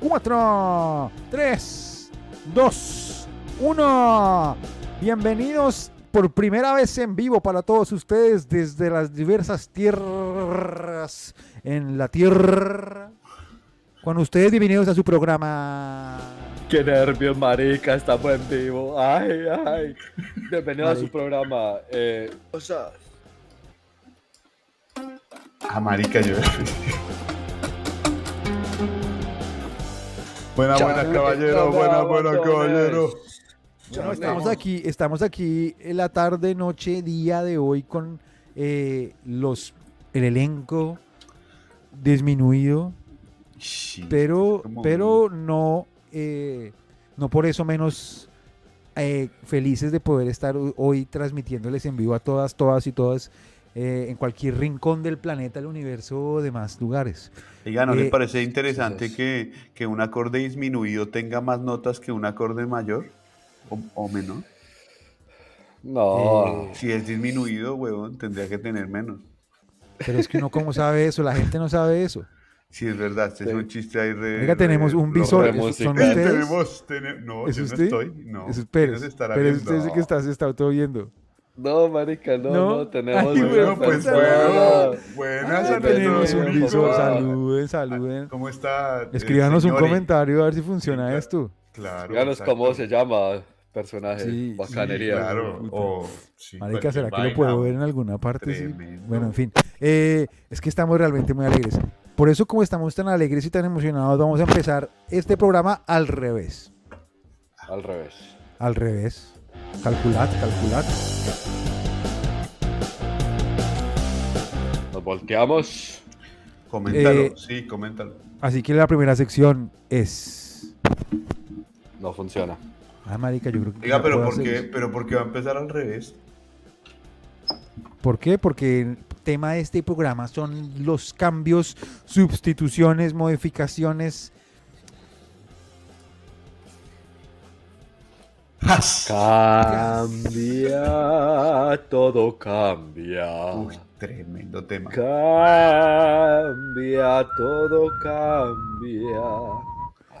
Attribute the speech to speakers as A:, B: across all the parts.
A: 4, 3, 2, 1. Bienvenidos por primera vez en vivo para todos ustedes desde las diversas tierras en la tierra. Con ustedes bienvenidos a su programa.
B: Qué nervios, marica, estamos en vivo. Ay, ay. Bienvenidos a su programa. Eh, o sea,
C: Ah, marica, yo. buena,
A: eh,
C: buena, caballero. Buena, buena, caballero.
A: Bueno, estamos aquí, estamos aquí en la tarde, noche, día de hoy con eh, los el elenco disminuido,
C: Sí.
A: pero,
C: Como-
A: pero no, eh, no por eso menos eh, felices de poder estar ho- hoy transmitiéndoles en vivo a todas, todas y todas eh, en cualquier rincón del planeta, el universo o demás lugares.
C: Oiga, ¿no le
A: Eh,
C: parece interesante
B: sí,
C: que, que un acorde disminuido tenga más notas que un acorde mayor? O, o menor.
B: no.
C: Si es disminuido, huevón, tendría que tener menos.
A: Pero es que uno cómo sabe eso, la gente no sabe eso.
C: Si es verdad, este es
B: Sí.
C: un chiste ahí re.
A: Oiga, tenemos
C: re-
A: un
C: lo-
A: visor,
B: re-
A: ¿esos ¿son
B: musical.
A: ustedes?
C: Tenemos, tene- No,
A: ¿Es
C: yo
A: usted?
C: no estoy. No,
A: Eso,
C: ellos
A: Pérez,
C: estarán
A: pero es
C: viendo.
A: usted es el que está, se está todo viendo.
B: No, marica, no,
A: No.
B: no, tenemos.
A: Ay,
B: una
C: Bueno, pues
B: persona.
C: bueno. Buenas
A: Ah,
C: a
A: tenemos
C: todos.
A: un
B: Saludos,
A: liso,
B: papá.
A: saluden, saluden.
C: ¿Cómo está? eh,
A: Escríbanos un
C: señores?
A: comentario a ver si funciona esto.
C: Claro.
B: Díganos
C: exacto.
B: cómo se llama personaje.
A: Sí, sí,
B: Bacanería.
C: Sí, claro.
A: Puta.
C: O, sí,
A: Marica, ¿será que
C: cualquier
A: lo puedo ver
C: vaina.
A: en alguna parte? Sí.
C: Tremendo.
A: Bueno, en fin. Eh, es que estamos realmente muy alegres. Por eso, como estamos tan alegres y tan emocionados, vamos a empezar este programa al revés.
B: Al revés.
A: Al revés. Calculad, calculad.
B: Nos volteamos.
C: Coméntalo,
A: Eh,
C: sí, coméntalo.
A: Así que la primera sección es.
B: No funciona.
A: Ah, marica, yo creo que.
C: Diga,
A: ya
C: pero
A: puedo
C: ¿por qué?
A: hacer-
C: ¿Pero por qué va a empezar al revés?
A: ¿Por qué? Porque el tema de este programa son los cambios, sustituciones, modificaciones.
B: Cambia, todo cambia.
C: Uy, tremendo tema.
B: Cambia, todo cambia.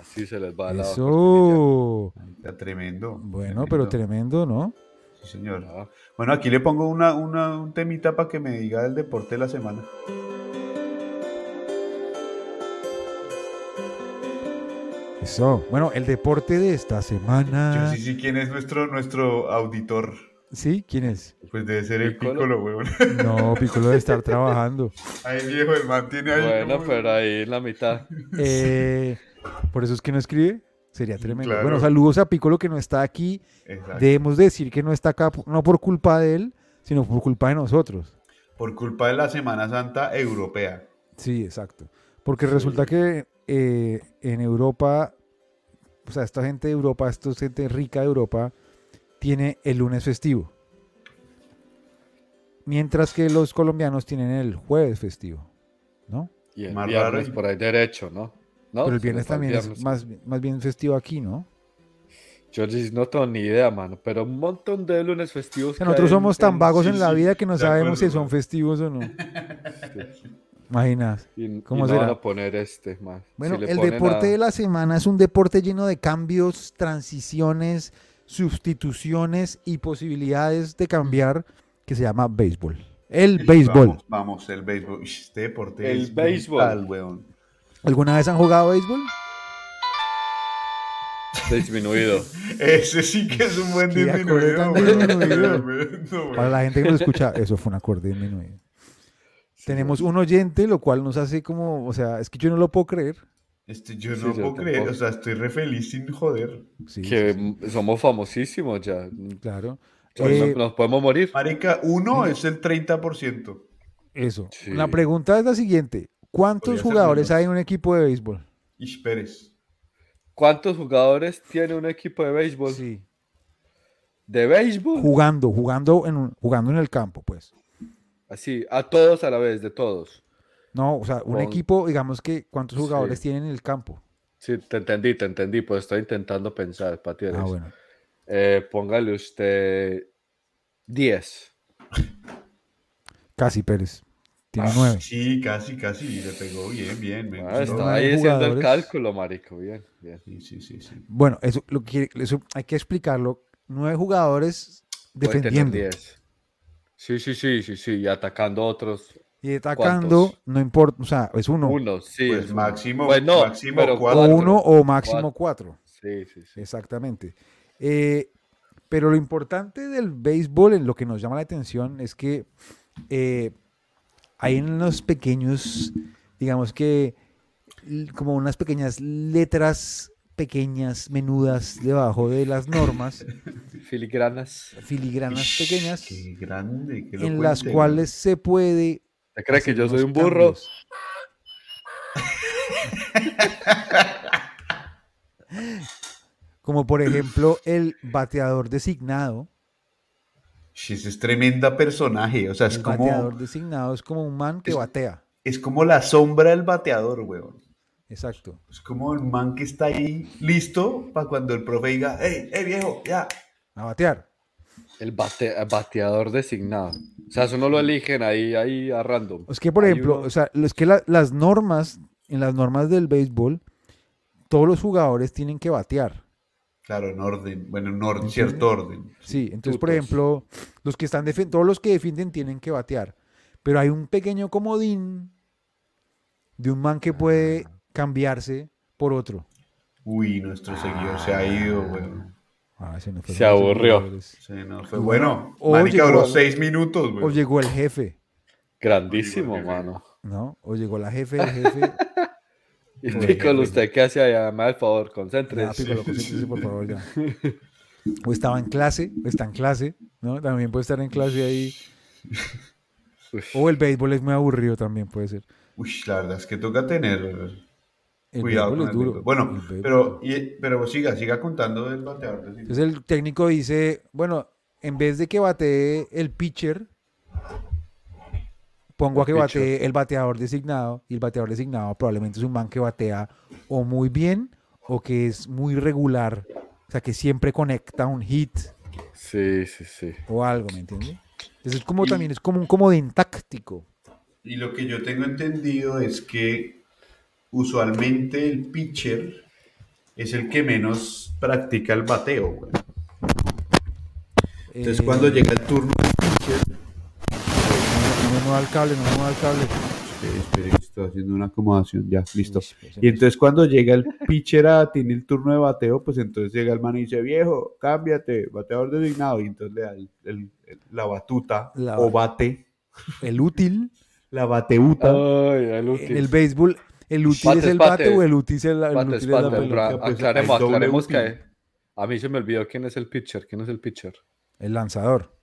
B: Así se les va la
A: Eso.
C: Está tremendo.
A: Bueno, pero
C: tremendo.
A: tremendo, ¿no?
C: Sí, señor.
B: cortinilla.
C: Bueno, aquí le pongo una, una- un temita para que me diga el deporte de la semana.
A: Eso. Bueno, el deporte de esta semana.
C: Yo sí, sí, ¿quién es nuestro, nuestro auditor?
A: ¿Sí? ¿Quién es?
C: Pues debe ser el
B: Piccolo.
C: Piccolo, weón.
A: No, Piccolo debe estar trabajando.
C: Ahí viejo, el man tiene ahí.
B: Bueno,
C: como-
B: pero ahí en la mitad.
A: Eh, Por eso es que no escribe. Sería tremendo.
C: Claro.
A: Bueno, saludos a Piccolo que no está aquí.
C: Exacto.
A: Debemos decir que no está acá, por- no por culpa de él, sino por culpa de nosotros.
C: Por culpa de la Semana Santa Europea.
A: Sí, exacto. Porque resulta que eh, en Europa, o sea, esta gente de Europa, esta gente rica de Europa, tiene el lunes festivo. Mientras que los colombianos tienen el jueves festivo, ¿no?
B: Y el
C: Más raro
B: viernes
C: y-
B: por ahí derecho, ¿no? ¿No?
C: Oh,
A: Pero el
B: Se
A: viernes
B: nos va
A: también es
B: viernes.
A: más, más bien festivo aquí, ¿no?
B: Yo sí no tengo ni idea, mano. Pero un montón de lunes festivos.
A: O
B: que
A: sea, nosotros
B: hay en-
A: somos tan
B: en-
A: vagos
C: sí,
A: en la
C: sí,
A: vida que no
C: de
A: sabemos si
C: acuerdo,
A: son
C: ¿no?
A: festivos o no. Imaginas.
B: Y,
A: ¿Cómo
B: ¿Cómo y no
A: será?
B: van a poner este más.
A: Bueno, el deporte de la semana es un deporte lleno de cambios, transiciones, sustituciones y posibilidades de cambiar que se llama béisbol. El béisbol.
C: Vamos, vamos, el béisbol. Ush, Este deporte
B: El
C: es
B: béisbol.
C: brutal, weón.
A: ¿Alguna vez han jugado béisbol?
B: disminuido.
C: Ese sí que es un buen
A: Sí, acorde
C: disminuido,
A: tan
C: weón.
A: disminuido.
C: Tremendo, weón.
A: Para la gente que nos escucha, eso fue un acorde disminuido. Tenemos un oyente, lo cual nos hace como, o sea, es que yo no lo puedo creer.
C: Este, yo
B: Sí,
C: no
B: yo
C: puedo creer,
B: tampoco.
C: o sea, estoy re feliz sin joder.
A: Sí,
B: que
A: sí,
B: m- somos famosísimos ya.
A: sí, claro.
B: Hoy
A: Eh,
B: no- nos podemos morir.
C: Marica, uno es el 30%.
A: eso.
B: Sí.
A: La pregunta es la siguiente. ¿Cuántos
C: Podría ser
A: jugadores
C: menos.
A: hay en un equipo de béisbol?
C: Ish Pérez.
B: ¿Cuántos jugadores tiene un equipo de
C: Pues,
B: béisbol?
A: Sí.
B: ¿De béisbol?
A: Jugando, jugando en, un- jugando en el campo, pues.
B: Así, a todos a la vez, de todos.
A: No, o sea, un
B: Con-
A: equipo, digamos que, ¿cuántos jugadores
B: Sí.
A: tienen en el campo? Ah,
B: Sí, te entendí, te entendí, pues estoy intentando pensar, Patieres.
A: Ah, bueno.
B: Eh, póngale usted 10.
A: Casi Pérez. Tiene Ah, nueve.
C: Sí, casi, casi. Le pegó bien, bien. me
B: Ah,
C: gustó.
B: está ahí
A: Hay
B: haciendo el
A: jugadores.
B: cálculo, marico. Bien, bien.
C: Sí, sí, sí, sí.
A: Bueno, eso, lo que, eso hay que explicarlo. Nueve jugadores
B: Puede tener
A: defendiendo
B: 10. Sí, sí, sí, sí, sí. Y atacando otros.
A: y atacando,
B: ¿Cuántos?
A: no importa, o sea, es uno,
B: Uno, sí. es
C: Pues
B: uno.
C: máximo-
B: Pues no,
C: máximo
B: pero
A: o
C: cuatro.
A: uno o máximo cuatro.
B: Sí, sí, sí.
A: Exactamente. Eh, pero lo importante del béisbol, en lo que nos llama la atención, es que eh, hay en los pequeños, digamos que, l- como unas pequeñas letras pequeñas, menudas, debajo de las normas, Eh.
B: Filigranas.
A: filigranas
C: Ish,
A: pequeñas,
C: Qué este grande. Que lo
A: en las
C: cuente.
A: cuales se puede...
B: ¿Te crees que
A: hacer
B: yo soy
A: unos
B: un burro?
A: cambios. Como por ejemplo el bateador designado.
C: Ish, ese es tremenda personaje. O sea, es
A: el bateador
C: como,
A: designado es como un man que
C: Es-
A: batea.
C: es como la sombra del bateador, weón.
A: Exacto.
C: Es como el man que está ahí listo para cuando el profe diga, hey, hey viejo, ya.
A: A batear.
B: El bate- bateador designado. O sea, eso no lo eligen ahí, ahí a random.
A: Es que, por
B: Hay
A: ejemplo,
B: uno-
A: o sea, es que la- las normas, en las normas del béisbol, todos los jugadores tienen que batear.
C: Claro, en orden. Bueno, en orden,
A: Entiendo.
C: cierto orden.
A: Sí, entonces, por
B: Tutos.
A: ejemplo, los que están defen- todos los que defienden tienen que batear. Pero hay un pequeño comodín de un man que puede
C: Ah.
A: cambiarse por otro.
C: Uy, nuestro seguidor se ha ido, weón.
A: Ah, se nos fueron
B: Se
A: los
B: aburrió.
A: seguidores.
C: Se nos fue. Bueno,
A: O
C: marica,
A: llegó-
C: duró seis minutos,
A: O
C: weón.
A: llegó el jefe,
B: Grandísimo,
C: Oye, güey,
B: mano.
A: ¿no? O llegó la jefe, el jefe.
B: Y
C: Oye,
B: Piccolo,
C: güey.
B: ¿usted qué hace allá? Me da el favor,
A: Ya,
B: concéntrese.
A: Piccolo, concéntrese, por favor, ya. O estaba en clase, o está en clase, ¿no? También puede estar en clase ahí.
B: Uf.
A: O el béisbol es muy aburrido también, puede ser.
C: Uy, la verdad es que toca tener
A: El
C: cuidado.
A: béisbol
C: con
A: es
C: el
A: duro.
C: béisbol.
A: el
C: Bueno,
A: béisbol es
C: pero,
A: duro.
C: y- pero siga, siga contando del bateador. designado.
A: Entonces el técnico dice, bueno, en vez de que batee el pitcher, pongo a que
B: pitcher.
A: batee el bateador designado. Y el bateador designado probablemente es un man que batea o muy bien o que es muy regular. O sea, que siempre conecta un hit
B: Sí, sí, sí.
A: o algo, ¿me entiendes? Entonces es como
C: Y-
A: también, es como un comodín táctico.
C: Y lo que yo tengo entendido es que usualmente el pitcher es el que menos practica el bateo, güey. Entonces
A: Eh,
C: cuando llega el turno del pitcher,
A: No me mueva el cable, no me mueva el cable.
C: espere, espere, estoy haciendo una acomodación, ya, listo.
A: Uy, pues,
C: Y entonces cuando llega el pitcher a tiene el turno de bateo, pues entonces llega el man y dice, viejo, cámbiate, bateador designado. Y entonces le da el- el- el- la batuta
A: La-
C: o bate,
A: El útil,
C: la bateuta.
B: Ay, el
A: en
B: útil.
A: Oh. el béisbol, el útil
B: Bate
A: es el
B: es
A: bate,
B: bate.
A: o el útil es el, el
B: Espérate,
A: útil es la
B: espérate,
A: pelota.
B: bra-
C: pues,
B: aclaremos,
C: hay doble
B: aclaremos que
C: útil.
B: a mí se me olvidó quién es el pitcher, quién es el pitcher.
A: El lanzador.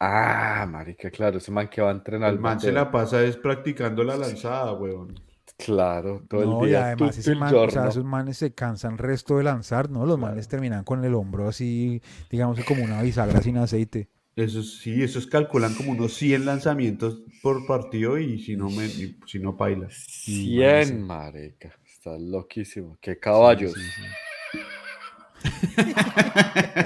B: Ah, marica, claro, ese man que va a entrenar
C: El man se
B: bateo.
C: la pasa es practicando la lanzada, weón.
B: Claro, todo
A: no,
B: el
A: y
B: día.
A: además
B: tú-
A: ese
B: tú el
A: man- o sea,
B: giorno.
A: esos manes se cansan resto de lanzar, ¿no? Los manes terminan con el hombro así, digamos que como una bisagra sin aceite.
C: Eso sí, esos calculan como unos 100 lanzamientos por partido y si no, me, y si no bailas.
B: 100, marica. Está loquísimo. Qué caballos.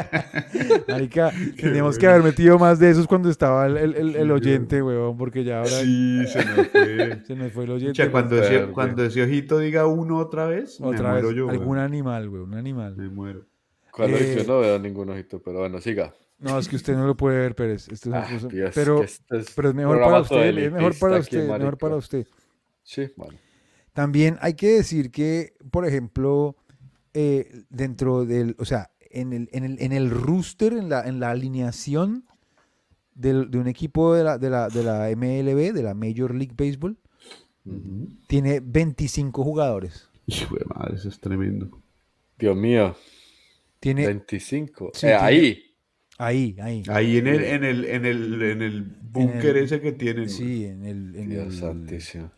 A: Marica, teníamos
C: bueno.
A: que haber metido más de esos cuando estaba el, el- el- el oyente, weón, porque ya ahora
C: Sí, se me fue.
A: se nos fue el oyente.
C: Pucha, cuando, ese,
B: Verde.
C: cuando ese ojito diga uno otra vez, me
A: Otra
C: muero
A: vez,
C: yo. weón.
A: algún animal, weón, un animal.
C: Me muero.
B: Claro,
A: Eh,
B: yo no veo ningún ojito, pero bueno, siga.
A: No, es que usted no lo puede ver, Pérez. Esto es una
B: Ah,
A: cosa-
B: Dios,
A: pero,
B: que este es
A: pero es mejor para
B: programa todo
A: usted, es mejor para
B: elitista aquí,
A: usted, mejor
B: marica.
A: para usted.
B: Sí, bueno.
A: También hay que decir que, por ejemplo, eh, dentro del, o sea, en el, en el, en el rooster, en la, en la alineación del- de un equipo de la, de, la, de la MLB, de la Major League Baseball, tiene 25 jugadores.
C: Hijo de madre, eso es tremendo.
B: Dios mío,
A: Tiene
B: 25.
A: sí,
B: Eh,
A: tiene-
B: ahí.
A: ahí, ahí.
B: Ah,
C: Ahí en el, en el, en el, en el búnker
A: el-
C: ese que tienen. weón.
A: Sí, en el, en
B: Dios
A: el-
B: santísimo.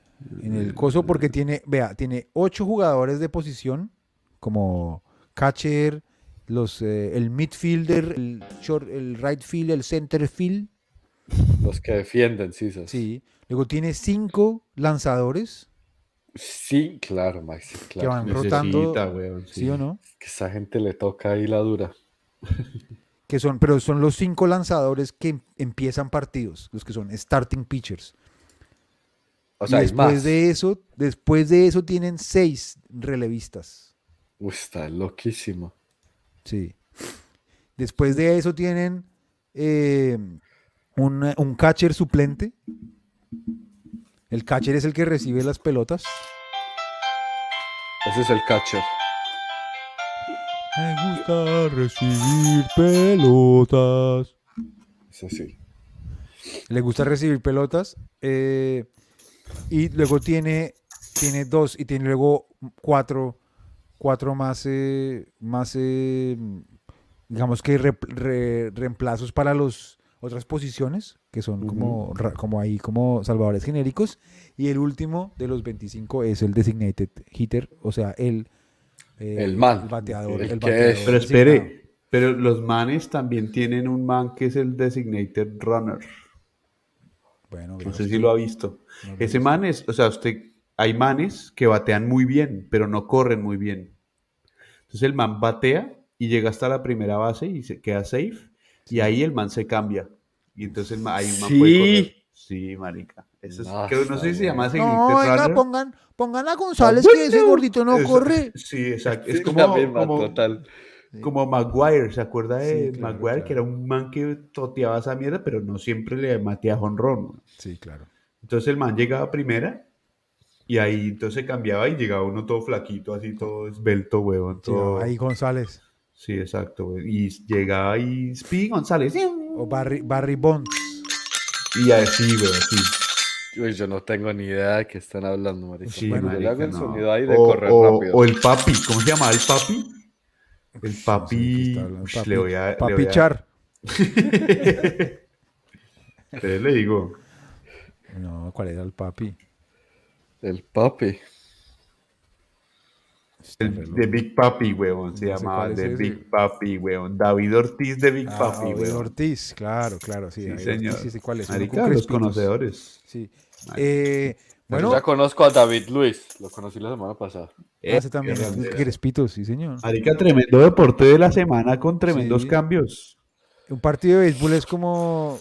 A: en el coso porque tiene, vea, tiene ocho jugadores de posición, como catcher, los, eh, el midfielder, el, short, el right field, el center field,
B: Los que defienden, sí. esas.
A: sí. Luego tiene cinco lanzadores,
B: Sí, claro, Maxi,
A: Que van
B: claro.
A: rotando,
C: Necesita, weón,
A: ¿sí, o no?
B: Que esa gente le toca ahí la dura.
A: que son, pero son los cinco lanzadores que em, empiezan partidos, los que son starting pitchers.
B: O sea,
A: y
B: es más.
A: después de eso, después de eso tienen seis relevistas.
B: Uy, está loquísimo.
A: Sí. Después de eso tienen eh, un, un catcher suplente. El catcher es el que recibe las pelotas.
B: Ese es el catcher.
A: Me gusta recibir pelotas.
B: Ese sí.
A: Le gusta recibir pelotas. eh, y luego tiene, tiene dos y tiene luego cuatro, cuatro más, eh, más eh, digamos que re- re- reemplazos para las otras posiciones, que son como, ra- como ahí, como salvadores genéricos. Y el último de los 25 es el designated hitter, o sea, el... eh,
B: El man,
A: bateador.
B: el
A: El,
B: que
A: bateador
B: es.
C: Pero
A: designado.
C: espere, pero los manes también tienen un man que es el designated runner.
A: Bueno,
C: No
A: veamos.
C: sé si lo ha visto.
A: No lo he
C: Ese
A: visto.
C: man es, o sea, usted, hay manes que batean muy bien, pero no corren muy bien. Entonces el man batea y llega hasta la primera base y se queda safe. Y ahí el man se cambia. Y entonces el man, ahí un man puede
B: Sí.
C: correr. Sí, marica. Eso es,
B: No,
C: creo- no sé si se llama
A: No,
C: designated
A: oiga,
C: runner.
A: pongan, pongan a
C: Ah,
A: González que ese gordito no
C: Es-
A: corre.
C: Sí, exacto. Es
B: Sí,
C: como,
B: la misma,
C: como-
B: total.
C: como Maguire, ¿se acuerda de
A: Sí, claro,
C: Maguire?
A: claro.
C: Que era un man que toteaba esa mierda, pero no siempre le matea jonrón.
A: Sí, claro.
C: Entonces el man llegaba a primera y ahí entonces cambiaba y llegaba uno todo flaquito, así todo esbelto, huevón.
A: Sí,
C: Todo...
A: ahí González.
C: Sí, exacto. huevón. Y llegaba ahí Speedy González.
A: O Barry, Barry Bonds.
C: Y así, huevón, así.
B: Uy, yo no tengo ni idea de qué están hablando, marica.
C: Sí,
B: Bueno, yo le
C: marica,
B: hago el
C: no.
B: sonido ahí de
C: o,
B: correr
C: o-
B: rápido.
C: o el papi, ¿cómo se llamaba el papi? El papi.
A: No sé de qué está hablando.
C: Ush, le voy a. le
A: Papi
C: voy a-
A: Char.
C: Entonces le digo.
A: No, ¿cuál era el papi?
B: El papi.
A: Está re
C: El,
A: loco.
C: de Big Papi, huevón, se
A: No sé
C: llamaba
A: cuál es
C: The
A: ese.
C: Big Papi, huevón. David Ortiz de Big
A: Ah,
C: Papi,
A: David
C: huevón.
A: Ortiz, claro, claro, sí.
C: Sí,
A: David
C: señor.
A: Ortiz, sí, sí, ¿cuál es? Uno
C: Marica,
A: con Ah,
C: los
A: crespitos.
C: conocedores.
A: Sí.
C: Marica.
A: Eh,
B: Bueno,
A: bueno,
B: yo ya conozco a David Luis. Lo conocí la semana pasada.
A: hace también
C: Qué grande.
A: Crespitos, sí, señor.
C: Marica, tremendo deporte de la semana con tremendos
A: Sí.
C: cambios.
A: Un partido de béisbol es como.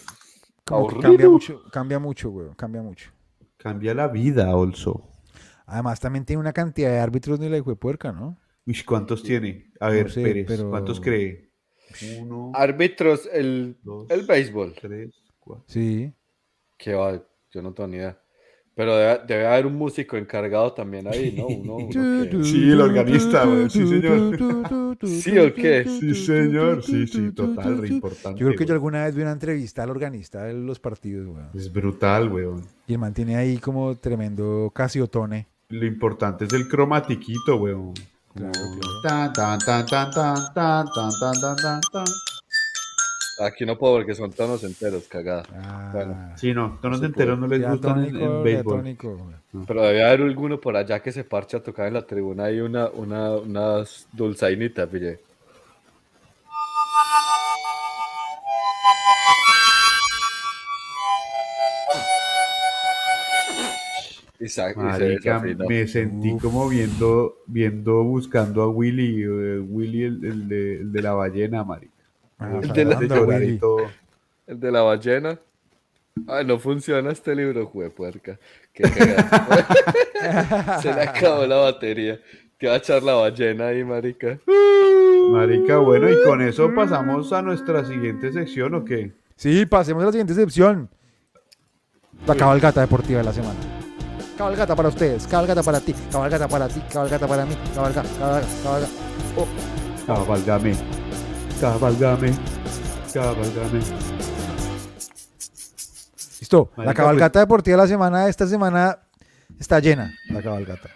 A: como que
B: Aburrido.
A: cambia mucho, cambia mucho, güey, cambia mucho.
C: Cambia la vida, also.
A: Además, también tiene una cantidad de árbitros de la hijuepuerca, ¿no?
C: Uy, ¿cuántos tiene? A ver,
A: sé,
C: Pérez,
A: pero-
C: ¿cuántos cree? Uno,
B: Árbitros, el,
C: Dos.
B: el béisbol.
C: tres, cuatro.
A: Sí.
B: Que va, yo no tengo ni idea. Pero debe, debe haber un músico encargado también ahí, ¿no? Uno, uno que-
C: Sí, el organista, güey, sí, señor.
B: ¿Sí o qué?
C: Sí, señor, sí, sí, total, re importante.
A: Yo creo que yo
C: huevón.
A: alguna vez vi una entrevista al organista de los partidos, güey.
C: Es brutal, weón.
A: Y el man tiene ahí como tremendo casiotone.
C: Lo importante es el cromatiquito, weón.
A: Claro,
C: Como-
A: claro.
C: Tan, tan, tan, tan, tan, tan, tan, tan, tan, tan, tan.
B: Aquí no puedo porque son tonos enteros, cagada.
A: Ah,
B: Bueno,
C: Sí, no, tonos
B: se
C: enteros no les gustan en,
A: diatónico,
C: en béisbol.
A: diatónico, güey.
B: Pero debe haber alguno por allá que se parche a tocar en la tribuna y una, una, unas dulzainitas, pille. Y sa- y se
C: Marica,
B: desafinó.
C: me sentí
A: Uf.
C: como viendo, viendo, buscando a Willy, eh, Willy el, el de, el de la ballena, marica.
A: Ah,
B: El de la-
A: Fernando,
C: De llorar y
A: Willy.
C: todo.
B: El de la ballena. Ay, no funciona este libro, juepuerca. Qué cagada. Se le acabó la batería. Te va a echar la ballena ahí, marica.
C: Marica, bueno, y con eso pasamos a nuestra siguiente sección, ¿o qué?
A: Sí, pasemos a la siguiente sección. La cabalgata deportiva de la semana. Cabalgata para ustedes, cabalgata para ti, cabalgata para ti, cabalgata para mí, cabalgata, cabalgata, cabalgata.
C: Cabalgame, cabalgame, cabalgame.
A: Listo, la
C: Marica, pues-
A: cabalgata deportiva de la semana, esta semana está llena la cabalgata.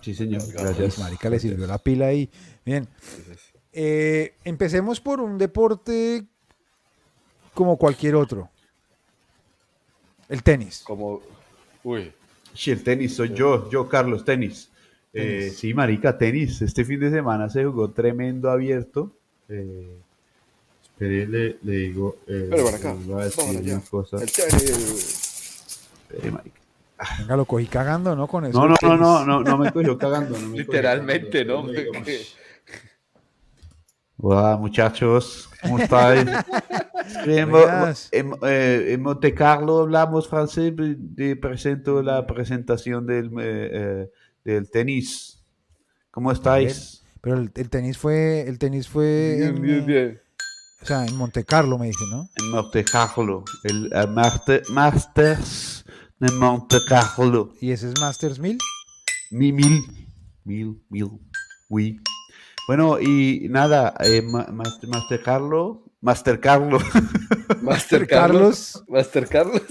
C: Sí, señor,
A: Pues,
C: gracias.
A: marica, le sirvió la pila ahí. Bien. Eh, empecemos por un deporte como cualquier otro. El tenis.
B: Como. Uy.
C: Sí, el tenis, soy yo, yo Carlos, tenis. Eh,
A: Tenis.
C: sí, marica, tenis. Este fin de semana se jugó tremendo abierto. Eh, espere, le, le digo. eh,
B: Pero para acá,
C: le iba a decir
B: vámonos ya.
C: una cosa.
B: El tenis.
C: Espere, marica.
A: Venga, lo cogí cagando, ¿no? Con eso.
C: No, no,
A: el
C: no,
A: tenis.
C: no, no, no me cogió cagando. no me cogió
B: Literalmente,
C: cagando.
B: ¿no?
C: Le digo,
B: Porque-
C: Hola muchachos, ¿cómo estáis? Es que en, Mo-
A: Buenas.
C: en- eh, en Monte Carlo hablamos francés, pe- te presento la presentación del, eh, eh, del tenis. ¿Cómo estáis?
A: Pero el, el tenis fue, el tenis fue
B: Bien,
A: en, eh,
B: bien, bien.
A: o sea, en Monte Carlo me dice, ¿no?
C: En Monte Carlo, el eh, master- Masters de Monte Carlo.
A: Y ese es Masters 1000.
C: Mi mil, mil, mil, oui. Bueno, y nada, eh, Ma- Master, Master Carlo, Master Carlo.
B: Master Carlos. Master Carlos.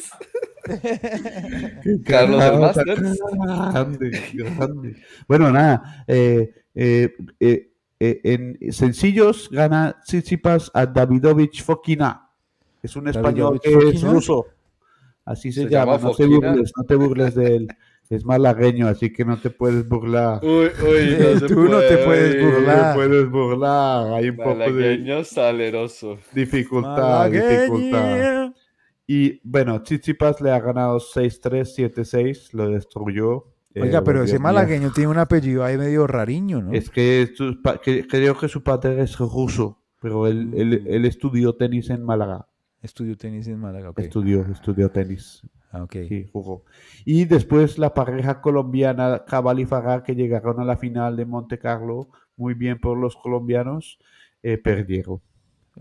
B: Carlos el Master.
C: Grande, grande. Bueno, nada, eh, eh, eh, eh, en sencillos gana Tsitsipas a Davidovich Fokina. Es un español
A: Davidovich
C: que es
A: Fokina.
C: ruso. Así se,
B: Se
C: llama,
B: llama
C: no te
B: Fokina.
C: burles, no te burles de él. Es malagueño, así que no te puedes burlar.
B: Uy, uy,
A: Eh,
B: no se
A: tú no te
B: puede,
A: puedes
B: uy.
A: burlar.
C: No te puedes burlar, hay un poco de...
B: Malagueño saleroso.
C: Dificultad, dificultad.
A: Malagueña.
C: Y bueno, Chichipas le ha ganado 6-3, 7-6, lo destruyó. Eh,
A: Oiga, pero
C: Dios
A: ese
C: mío.
A: malagueño tiene un apellido ahí medio rariño, ¿no?
C: Es que, su pa- que- creo que su padre es ruso, pero él,
A: Mm.
C: él- él estudió tenis en Málaga.
A: Estudió tenis en Málaga. ok.
C: Estudió, estudió tenis.
A: Ah, ok.
C: Sí, jugó. Y después la pareja colombiana Cabal y Farrar, que llegaron a la final de Monte Carlo, muy bien por los colombianos, eh, perdieron.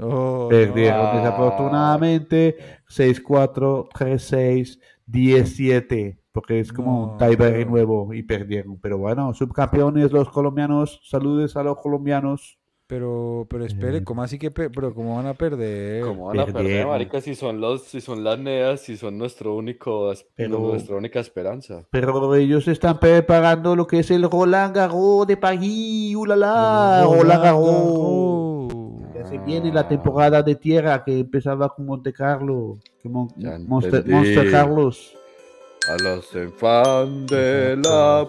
A: Oh,
C: Perdieron
B: Ah.
C: desafortunadamente 6-4, 3-6, 17, porque es como
A: No,
C: un tiebreak
A: pero-
C: nuevo y perdieron. Pero bueno, subcampeones los colombianos, saludes a los colombianos.
A: Pero, pero espere,
C: Eh.
A: ¿cómo así que pe- pero cómo van a perder?
B: ¿Cómo van a perder,
C: Perdieron.
B: marica, si son los, si son las neas, si son nuestro único, as-
C: Pero-
B: nuestra única esperanza?
C: Pero ellos están preparando lo que es el Roland Garros de París, ulala, Roland Garros.
A: Garros.
C: Ya se viene la temporada de tierra que empezaba con Monte Carlo, que Mon-
B: Ya
C: Monster,
B: entendí.
C: Monster Carlos.
B: A los fan de la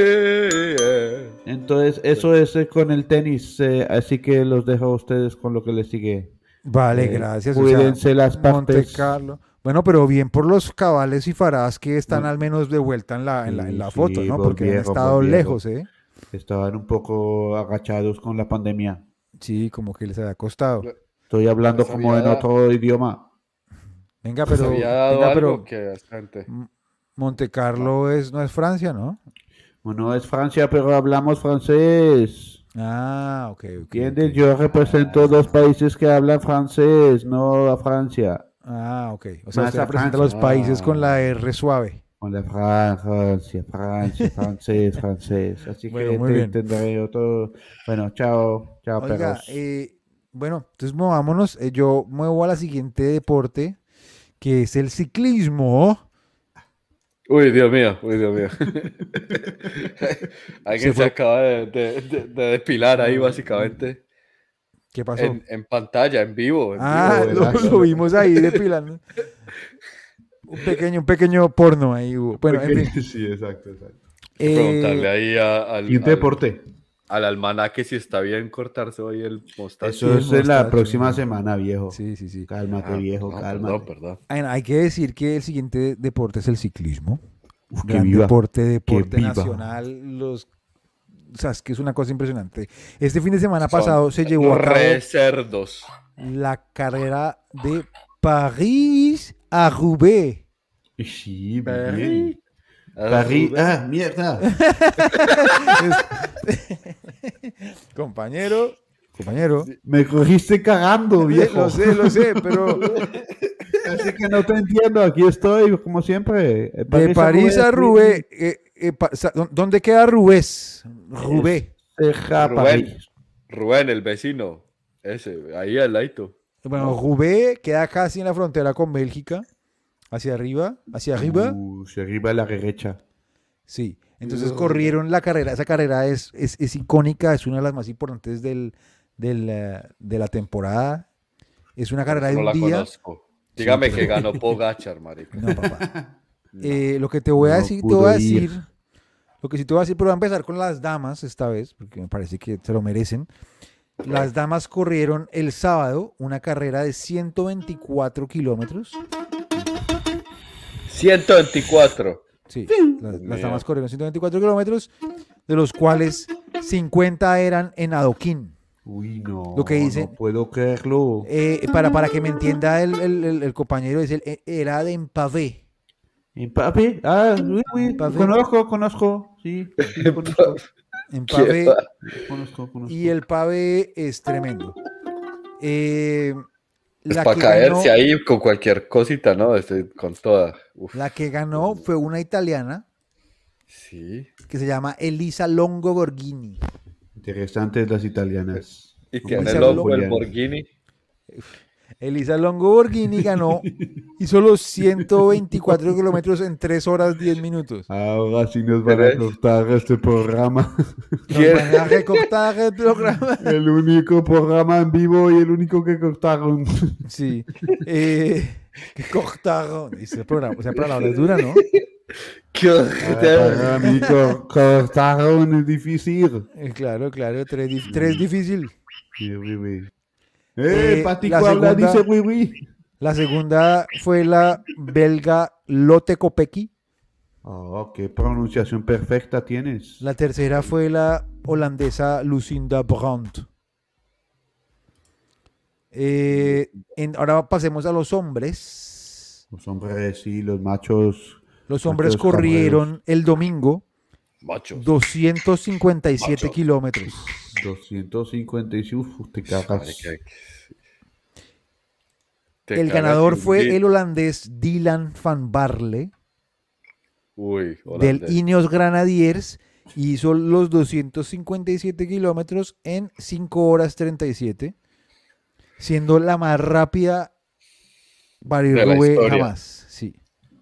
B: patria.
C: Entonces, eso es eh, con el tenis. eh, así que los dejo a ustedes con lo que les sigue.
A: Vale,
C: Eh,
A: gracias. o sea,
C: Cuídense las
A: Monte
C: partes.
A: Carlo. Bueno, pero bien por los cabales y farás que están
C: Mm.
A: al menos de vuelta en la, en la, en la
C: Sí,
A: foto,
C: sí,
A: ¿no? Porque han
C: volvieron,
A: estado
C: volvieron.
A: lejos, ¿eh?
C: Estaban un poco agachados con la pandemia.
A: Sí, como que les había costado.
C: Estoy hablando
B: Pues
C: como en
B: había-
C: otro idioma.
A: Venga,
B: Pero,
A: pero,
B: había dado
A: venga,
B: algo
A: pero
B: que Ah. bastante.
A: Monte Carlo es, no es Francia, ¿no?
C: Bueno, es Francia, pero hablamos francés.
A: Ah, ok, ok,
C: ¿Entiendes?
A: ok.
C: Yo represento dos países que hablan francés, no a Francia.
A: Ah, ok. O sea,
C: Más
A: usted
C: a
A: representa
C: Francia. Ah.
A: los países con la R suave.
C: Con la Fran- Francia, Francia, francés, francés. Así
A: Bueno,
C: que
A: muy
C: te
A: bien.
C: entenderé yo todo. Bueno, chao, chao,
A: Oiga,
C: perros.
A: eh, bueno, entonces movámonos. Eh, yo muevo a la siguiente deporte, que es el ciclismo.
B: Uy, Dios mío, uy, Dios mío. Alguien se,
A: fue.
B: acaba de, de- de- de depilar ahí, básicamente.
A: ¿Qué pasó?
B: En, en pantalla, en vivo. en
A: ah,
B: vivo,
A: lo,
B: ¿verdad?
A: lo vimos ahí depilando. un pequeño, un pequeño porno ahí hubo. Bueno, en fin.
C: Sí, exacto, exacto.
A: eh,
B: Preguntarle ahí a- al,
C: Y un
B: al-
C: deporte.
B: al almanaque si está bien cortarse hoy el mostacho.
C: Eso
A: el
C: es en la
A: mostacho,
C: próxima
A: ¿no?
C: semana, viejo.
A: Sí, sí, sí.
C: Cálmate,
B: Ah,
C: viejo,
B: no,
C: cálmate.
B: Perdón, perdón.
A: Ay, Hay que decir que el siguiente deporte es el ciclismo.
C: Uf, que
A: gran
C: viva.
A: deporte, deporte
C: viva.
A: nacional, los o sea, es que es una cosa impresionante. Este fin de semana
B: Son
A: pasado se llevó a cabo
B: Re cerdos.
A: la carrera de París a Roubaix.
C: Sí,
B: París.
C: bien. París. Ah, mierda.
A: Compañero, compañero.
C: Me cogiste cagando, viejo.
A: Lo sé, lo sé, pero de
C: Así que no te entiendo. Aquí estoy, como siempre. De
A: París a Roubaix, eh, eh, pa- sa- ¿dó- ¿dónde queda Roubaix? Roubaix.
C: Ceja,
B: Rubén.
C: París.
B: Rubén, el vecino. Ese, ahí al laito.
A: Bueno, Roubaix queda casi en la frontera con Bélgica, hacia arriba, hacia arriba.
C: Uh, se arriba a la derecha.
A: Mm. Sí, entonces
B: Ujú.
A: corrieron la carrera. Esa carrera es, es, es icónica, es una de las más importantes del, del, eh, de la temporada. Es una carrera de
B: No
A: un
B: la
A: día.
B: conozco. Dígame
A: pero-
B: que ganó Pogachar, marica.
A: No, papá. Eh, lo que te voy a
C: No
A: decir, te
C: pudo
A: voy a
C: ir.
A: decir. Lo que sí te voy a decir, pero voy a empezar con las damas esta vez, porque me parece que se lo merecen. Las damas corrieron el sábado una carrera de 124 kilómetros.
B: 124.
A: Sí, las, las
B: Dios mío.
A: damas corrieron 124 kilómetros, de los cuales 50 eran en adoquín.
C: Uy, no.
A: Lo que dicen-
C: No puedo creerlo.
A: Eh, para, para que me entienda el, el- el- el compañero, es el eh, era de empavé.
C: Empape. Ah, uy, uy,
A: Empape.
C: Conozco, conozco. Sí, sí, conozco,
A: Empavé
B: va-
C: conozco, conozco.
A: y el pavé es tremendo. Eh,
B: Es
A: la
B: para
A: que
B: caerse
A: ganó-
B: ahí con cualquier cosita, ¿no? Este, con toda. Uf,
A: La que ganó fue una italiana
B: sí.
A: que se llama Elisa Longo Borghini.
C: Interesantes las italianas.
B: Y
C: Como
B: tiene
A: dice
B: el
A: Blue?
B: ojo el
C: Julián.
B: Borghini.
A: Elisa Longo Borghini ganó y solo 124 kilómetros en 3 horas 10 minutos.
C: Ahora sí nos van a
B: ¿Ves?
C: cortar este programa.
A: Nos van
B: ¿Quién?
A: a recortar el programa.
C: El único programa en vivo y el único que cortaron.
A: Sí. Eh, que cortaron. Dice el programa. O sea, para la hora es dura, ¿no?
B: ¿Quién?
C: Para mí co- cortaron es difícil.
A: Eh, Claro, claro. Tres, dif- tres difícil.
C: Sí, oui, oui.
A: Eh,
C: Eh, Patico
A: la
C: habla,
A: segunda-
C: dice oui, oui.
A: La segunda fue la belga Lotte Kopecky.
C: Oh, qué pronunciación perfecta tienes.
A: La tercera fue la holandesa Lucinda Brandt. Eh, en- ahora pasemos a los hombres.
C: Los hombres, sí, los machos.
A: Los hombres
C: Mateos
A: corrieron el domingo
B: Macho.
A: 257
B: Macho.
A: kilómetros.
C: 250 y uf, te
B: Madre,
C: cagas.
B: que- Te
A: El
B: cagas
A: ganador
B: en
A: fue
B: Gil.
A: el holandés Dylan van Barle
B: Uy,
A: del
B: holandés.
A: Ineos Granadiers y hizo los 257 kilómetros en 5 horas 37, siendo la más rápida Paris-Roubaix
B: historia.
A: jamás. Sí.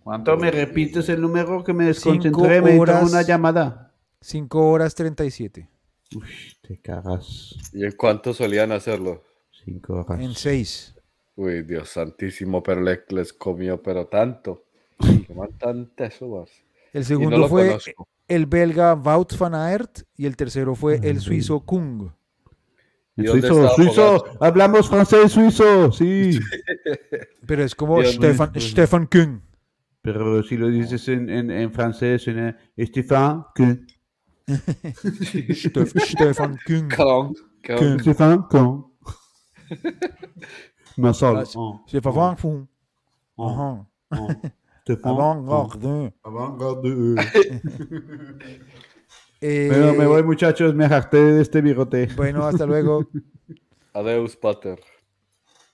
C: ¿Cuánto me repites el número que me
A: desconcentré?
C: desconcentré?
A: Me
C: Me
A: entró horas. una
C: una llamada.
A: 5 horas 37
C: Uy, te cagas.
B: ¿Y en cuánto solían hacerlo?
C: Cinco horas.
A: en 6.
B: Uy, Dios santísimo, pero le- les comió, pero tanto. Que man tan teso, parce.
A: El
B: Y
A: segundo
B: no lo
A: fue
B: conozco.
A: el belga Wout van Aert y el tercero fue el
C: Ujú.
A: suizo Kung.
B: ¿Y dónde
C: Suizo,
B: estaba
C: suizo,
B: Pogachar?
C: hablamos francés, suizo, sí.
A: Pero es como
B: Dios
A: Stefan,
C: mío.
A: Stefan Kung.
C: Pero si lo dices en, en, en francés, en eh, Stéphane, que,
A: Stef- Stefan Kung.
B: Cabrón, cabrón.
C: que, Stéphane, con. Ma sol.
A: Ah, Stefan Kung.
C: Ah.
A: Ajá.
C: Stéphane.
A: Avant-garde. Eh,
C: Bueno, me voy muchachos, me jacté de este bigote.
A: Bueno, hasta luego.
B: Adeus, pater.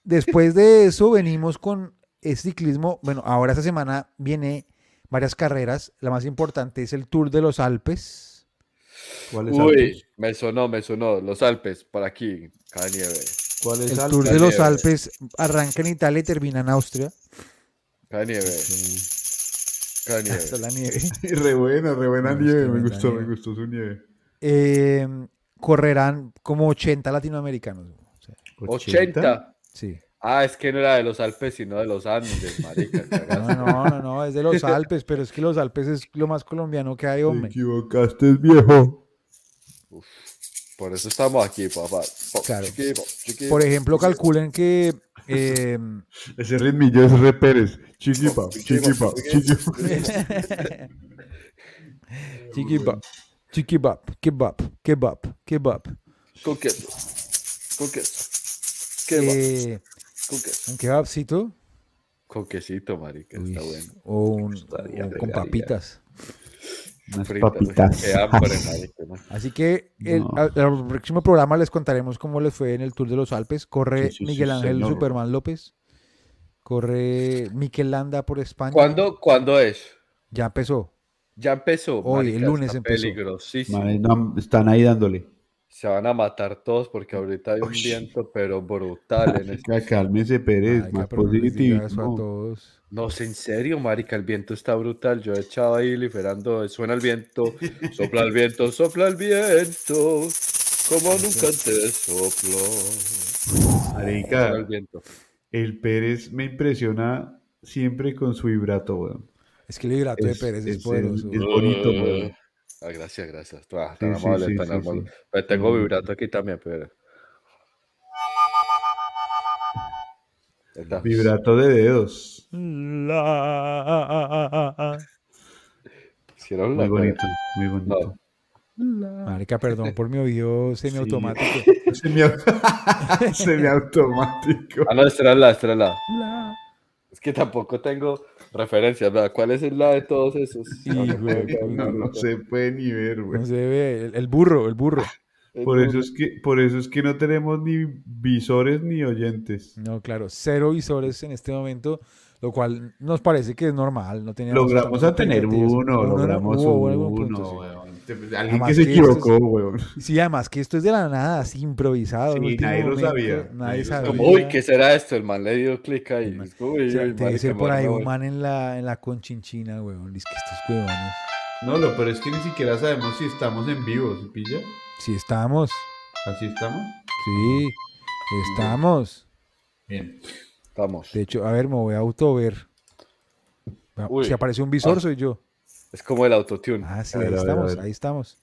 A: Después de eso venimos con el ciclismo. Bueno, ahora esta semana viene varias carreras. La más importante es el Tour de los Alpes.
C: ¿Cuáles
B: Uy, me sonó, me sonó. Los Alpes, por aquí. Cada nieve.
C: ¿Cuáles
A: El Tour de
B: Alpes.
A: los Alpes arranca en Italia y termina en Austria.
B: Cada nieve, cada nieve.
A: Hasta la nieve.
C: Re buena, re buena
A: Me
C: nieve,
A: gusta,
C: me
A: me
C: gustó,
A: nieve.
C: me gustó su nieve.
A: Eh, correrán como 80 latinoamericanos. O sea,
B: 80.
A: Sí.
B: Ah, es que no era de los Alpes, sino de los Andes, marica.
A: No,
B: cagaste.
A: no, no, no, es de los Alpes, pero es que los Alpes es lo más colombiano que hay,
C: Te
A: hombre.
C: equivocaste, viejo.
B: Por eso estamos aquí, papá. Po,
A: Claro.
B: chiqui, po, chiqui.
A: Por ejemplo, calculen que eh,
C: Ese ritmillo es re Pérez. Chiquipa, chiquipa, chiquipa.
A: Chiquibap, chiquibap, kebab, kebab, kebab.
B: Con queso. Con queso. ¿Qué va?
A: Eh,
B: Con queso.
A: un kebabcito
B: Con quesito, marica. Está bueno.
A: o un-
B: Estaría
A: o con
B: regalía.
A: papitas.
C: Unas
B: Frita, Qué hambre, marica. ¿no?
A: Así que el,
C: No.
A: al- al próximo programa les contaremos cómo les fue en el Tour de los Alpes. Corre
C: Sí, sí, sí,
A: Miguel Ángel
C: señor.
A: Superman López. Corre Miquelanda por España.
B: ¿Cuándo, ¿Cuándo es?
A: Ya empezó.
B: Ya empezó.
A: Hoy, el
B: marica,
A: lunes
B: está
A: empezó.
B: Peligrosísimo.
C: Madre, no, están ahí dándole.
B: Se van a matar todos porque ahorita hay un
C: Ush.
B: viento, pero brutal. En este-
C: Ca- Cálmese, Pérez,
A: Ay,
C: más
A: cabrón, les digo
C: positivo.
A: eso a todos.
B: No sé, en serio, marica, el viento está brutal. Yo he echado ahí liberando, suena el viento, sopla el viento, sopla el viento, como nunca antes sopló. Sopla el
C: Marica,
B: viento.
C: el Pérez me impresiona siempre con su vibrato, weón.
A: Es que el hidrato de
C: Es-
A: Pérez es,
C: es el-
A: poderoso.
C: el- Es bonito, weón.
B: Ah, gracias, gracias. Ah,
C: Sí,
B: tan
C: sí,
B: amable,
C: sí,
B: tan
C: sí,
B: amable.
C: sí.
B: Pero tengo vibrato aquí también, pero. Ahí está.
C: Vibrato de dedos.
A: La-
B: Hicieron la-
C: Muy bonito, muy
B: No,
C: bonito.
A: Marica, perdón por mi oído semiautomático.
C: Semiautomático. Semiautomático.
B: Ah, no, esta era la, esta era la. Es que tampoco tengo referencias, ¿verdad? ¿Cuál es la de todos esos?
A: Sí, güey.
C: No, no se puede ni ver, güey.
A: No se ve. El, el burro, el burro. Eh,
C: Por eso, es que, por eso es que no tenemos ni visores ni oyentes.
A: No, claro, cero visores en este momento, lo cual nos parece que es normal. No teníamos
C: Logramos a tener
A: pendientes.
C: uno,
A: no,
C: logramos
A: hubo algo de
C: uno,
A: puntos, sí.
C: weón. Te- pues, Alguien
A: Además
C: que se
A: que esto es-
C: equivocó, weón.
A: Sí, además que esto es de la nada, así improvisado. en
C: Sí,
A: último
C: nadie lo
A: momento,
C: sabía,
A: Nadie,
C: nadie lo
A: sabía.
C: sabía.
B: Como, uy, ¿qué será esto? El man le dio clic ahí.
A: man.
B: Uy,
A: O sea,
B: uy,
A: tiene que ser
B: marica,
A: por ahí
B: bueno,
A: un man en la, en la conchinchina, weón. Dice que estos huevones.
C: No, lo peor es que ni siquiera sabemos si estamos en vivo, ¿se pilla?
A: Sí, estamos.
C: ¿Así estamos?
A: Sí, estamos.
C: Bien.
B: Estamos.
A: De hecho, a ver, me voy a autover. Va-
B: Uy.
A: Si aparece un visor,
B: Ah.
A: soy yo.
B: Es como el autotune.
A: Ah, sí,
C: A
A: ahí
C: ver, a ver, a
A: estamos,
C: ver.
A: ahí estamos.